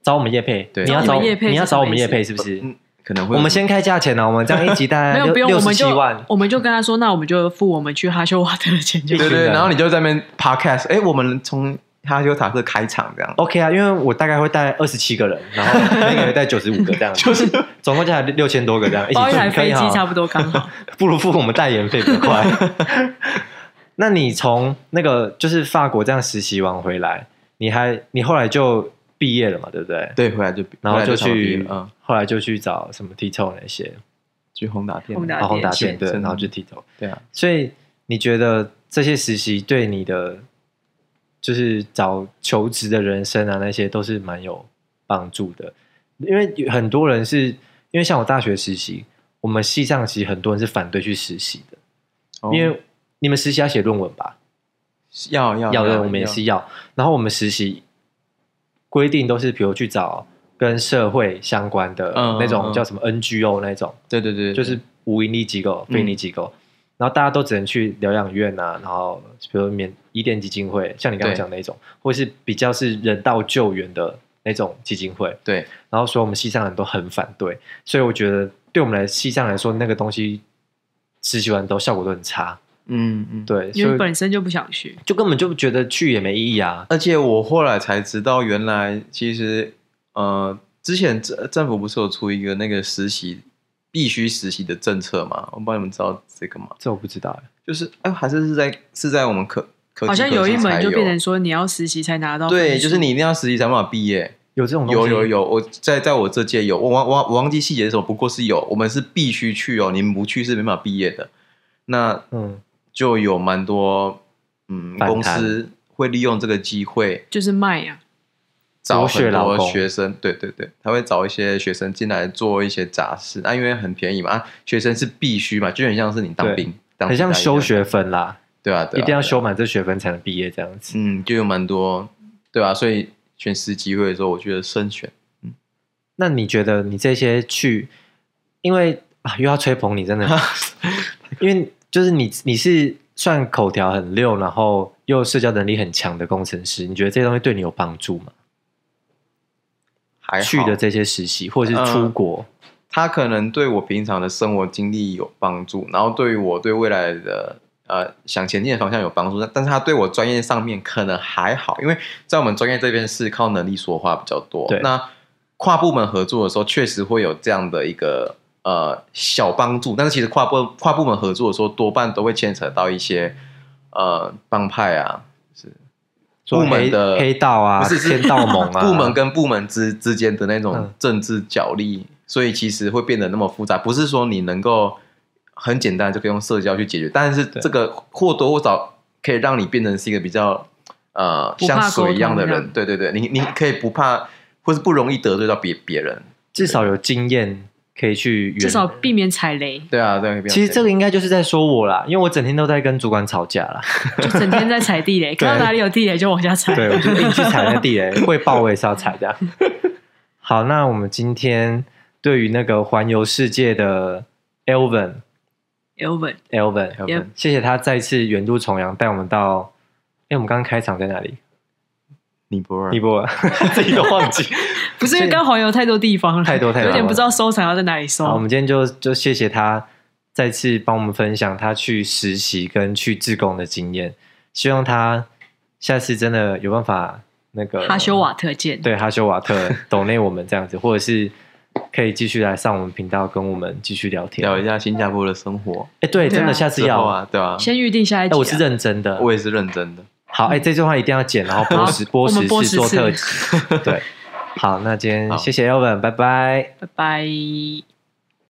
S1: 找我们叶配。
S3: 对
S1: 你要
S3: 找
S1: 找我
S3: 我们
S2: 业配
S1: 你要
S2: 是什
S1: 找
S2: 么
S1: 我们叶
S2: 意思
S1: 配是不是？
S3: 嗯，可能会
S1: 我们先开价钱哦呢，我们这样一集大
S2: 没 *laughs*
S1: 概
S2: 有不
S1: 六
S2: 用，
S1: 六
S2: 我
S1: 十
S2: 们
S1: 七
S2: 就
S1: 万，
S2: 我们就跟他说，那我们就付我们去哈修瓦特的钱就
S3: 对
S2: 好。
S3: 对，
S1: 人
S3: 然后你就在那边 podcast，哎，我们从哈修塔特开场这样，
S1: OK 啊，因为我大概会带二十七个人，然后那个人带九十五个
S3: *laughs*
S1: 这样子，就是总共加起来六千多个这 *laughs* 样，一
S2: 包一台
S1: 起可
S2: 飞
S1: 以
S2: 机差
S1: 哈，
S2: 不多刚
S1: *laughs*
S2: 好。
S1: 不如付我们代言费比较
S3: *laughs*
S1: 快。那你从那个就是法国这样实习完回来，你还你后来就毕业了嘛，对不对？
S3: 对，回来就
S1: 然后
S3: 回来就差不多毕业
S1: 去
S3: 了嗯，，
S1: 后来就去找什么 Tito 那些，
S3: 去轰打店，
S2: 轰打
S1: 然后
S2: 店
S1: 打
S3: 健
S1: 店对，
S3: 身
S1: 然后去 Tito。
S3: 对啊，
S1: 所以你觉得这些实习对你的就是找求职的人生啊那些都是蛮有帮助的，因为有很多人是因为像我大学实习，我们系上其实很多人是反对去实习的，
S3: 哦
S1: 因为你们实习要写论文吧？
S3: 要哦要
S1: 要的我们也是要。然后我们实习规定都是，比如去找跟社会相关的
S3: 嗯
S1: 那
S3: 嗯嗯
S1: 种叫什么 NGO 那种，
S3: 对对对，对嗯
S1: 就是无盈利机构、非盈利机构。然后大家都只能去疗养院啊，然后比如免伊甸基金会，像你刚刚
S3: 对
S1: 讲那种，或是比较是人道救援的那种基金会。
S3: 对，
S1: 然后所以我们系上人都很反对，所以我觉得对我们来系上来说，那个东西实习完都效果都很差。
S3: 嗯嗯。
S1: 对，
S2: 因
S1: 所
S2: 为
S1: 以
S2: 本身就不想去，
S1: 就根本就觉得去也没意义啊。
S3: 而且我后来才知道，原来其实呃，之前政政府不是有出一个那个实习必须实习的政策嘛？我不知道你们知道这个吗？
S1: 这我不知道哎。
S3: 就是哎，还是是在是在我们科科技
S2: 好像
S3: 科
S2: 有一
S3: 系才
S2: 门就变成说你要实习才拿到分数，
S3: 对，就是你一定要实习才办法毕业。
S1: 有这种东
S3: 有
S1: 西
S3: 有有，我在在我这届有，我忘我忘我忘记细节是什么，不过是有，我们是必须去哦，你们不去是没办法毕业的。那
S1: 嗯，
S3: 就有蛮多嗯
S1: 反弹
S3: 公司会利用这个机会
S2: 就是卖啊呀、
S3: 找很
S1: 剥削劳
S3: 多
S1: 工
S3: 学生，对对对，他会找一些学生进来做一些杂事，啊，因为很便宜嘛，啊，学生是必须嘛，就很像是你当
S1: 对
S3: 兵，当
S1: 很像
S3: 兵一样
S1: 修，学分啦，
S3: 对啊，对
S1: 一
S3: 啊
S1: 定要
S3: 对啊
S1: 修满这学分才能毕业这样子。
S3: 嗯，就有蛮多，对啊，所以选实机会的时候，我觉得慎选。
S1: 那你觉得你这些去，因为啊又要吹捧你，真
S3: *laughs*
S1: 的，因为就是你你是算口条很溜，然后又社交能力很强的工程师，你觉得这些东西对你有帮助吗？
S3: 还好嗯
S1: 去的这些实习或者是出国，
S3: 他可能对我平常的生活经历有帮助，然后对于我对未来的呃想前进的方向有帮助，但但是他对我专业上面可能还好，因为在我们专业这边是靠能力说话比较多
S1: 对。
S3: 那跨部门合作的时候，确实会有这样的一个呃小帮助，但是其实跨部跨部门合作的时候，多半都会牵扯到一些呃帮派啊，
S1: 说
S3: 部门
S1: 黑
S3: 的
S1: 黑道啊、
S3: 不是是
S1: 天道盟啊，
S3: *laughs* 部门跟部门之之间的那
S1: 嗯
S3: 种政治角力，所以其实会变得那么复杂，不是说你能够很简单就可以用社交去解决，但是这个或多或少可以让你变成是一个比较呃
S2: 不怕
S3: 像水一样的
S2: 沟通
S3: 人，对对对，你你可以不怕，或是不容易得罪到别别人，
S1: 至少有经验可以去圆。
S2: 至少避免踩雷，
S3: 对啊，对啊。
S1: 其实这
S3: 个
S1: 个应该就是在说我啦，因为我整天都在跟主管吵架
S2: *laughs*
S1: 啦。
S2: 就整天在踩地雷，看到哪里有地雷就往下踩。
S1: 对，我就硬去踩那地雷，会爆我也是要踩
S2: *laughs*
S1: 的。啊好，那我们今天对于那个环游世界的 Elvin
S2: Elvin
S1: Elvin，
S2: Yep
S1: 谢谢他再次远渡重洋带我们到。哎，我们刚刚开场在哪里？
S3: 尼泊尔
S1: 尼，泊尔， *laughs* 自己都忘记。
S2: 嗯不是因为刚环游太多地方了，
S1: 太多太多
S2: 有点不知道收藏要在哪里收
S3: 哦
S1: 好，我。们今天就就谢谢他再次帮我们分享他去实习跟去志工的经验，希望他下次真的有办法那个
S2: 哈修瓦特见，
S1: 对哈修瓦特 *laughs* 懂内我们这样子，或者是可以继续来上我们频道跟我们继续聊天。
S3: 聊一
S1: 哎、
S3: 下新加坡的生活，
S1: 对，
S2: 对啊
S1: 真的下次
S3: 之
S1: 要
S3: 后，啊，对啊，
S2: 先预定下一
S1: 哎、
S2: 集啊。
S1: 我是认真的。
S3: 我也是认真的，
S1: 好，哎、这句话一定要剪，然后播时
S2: 我
S1: 播
S2: 们
S1: 时
S2: 播
S1: 是做
S2: 时
S1: 特
S2: 事
S1: 辑。对，好，那今天
S3: 好
S1: 谢谢 Elvin，拜拜。
S2: 拜拜。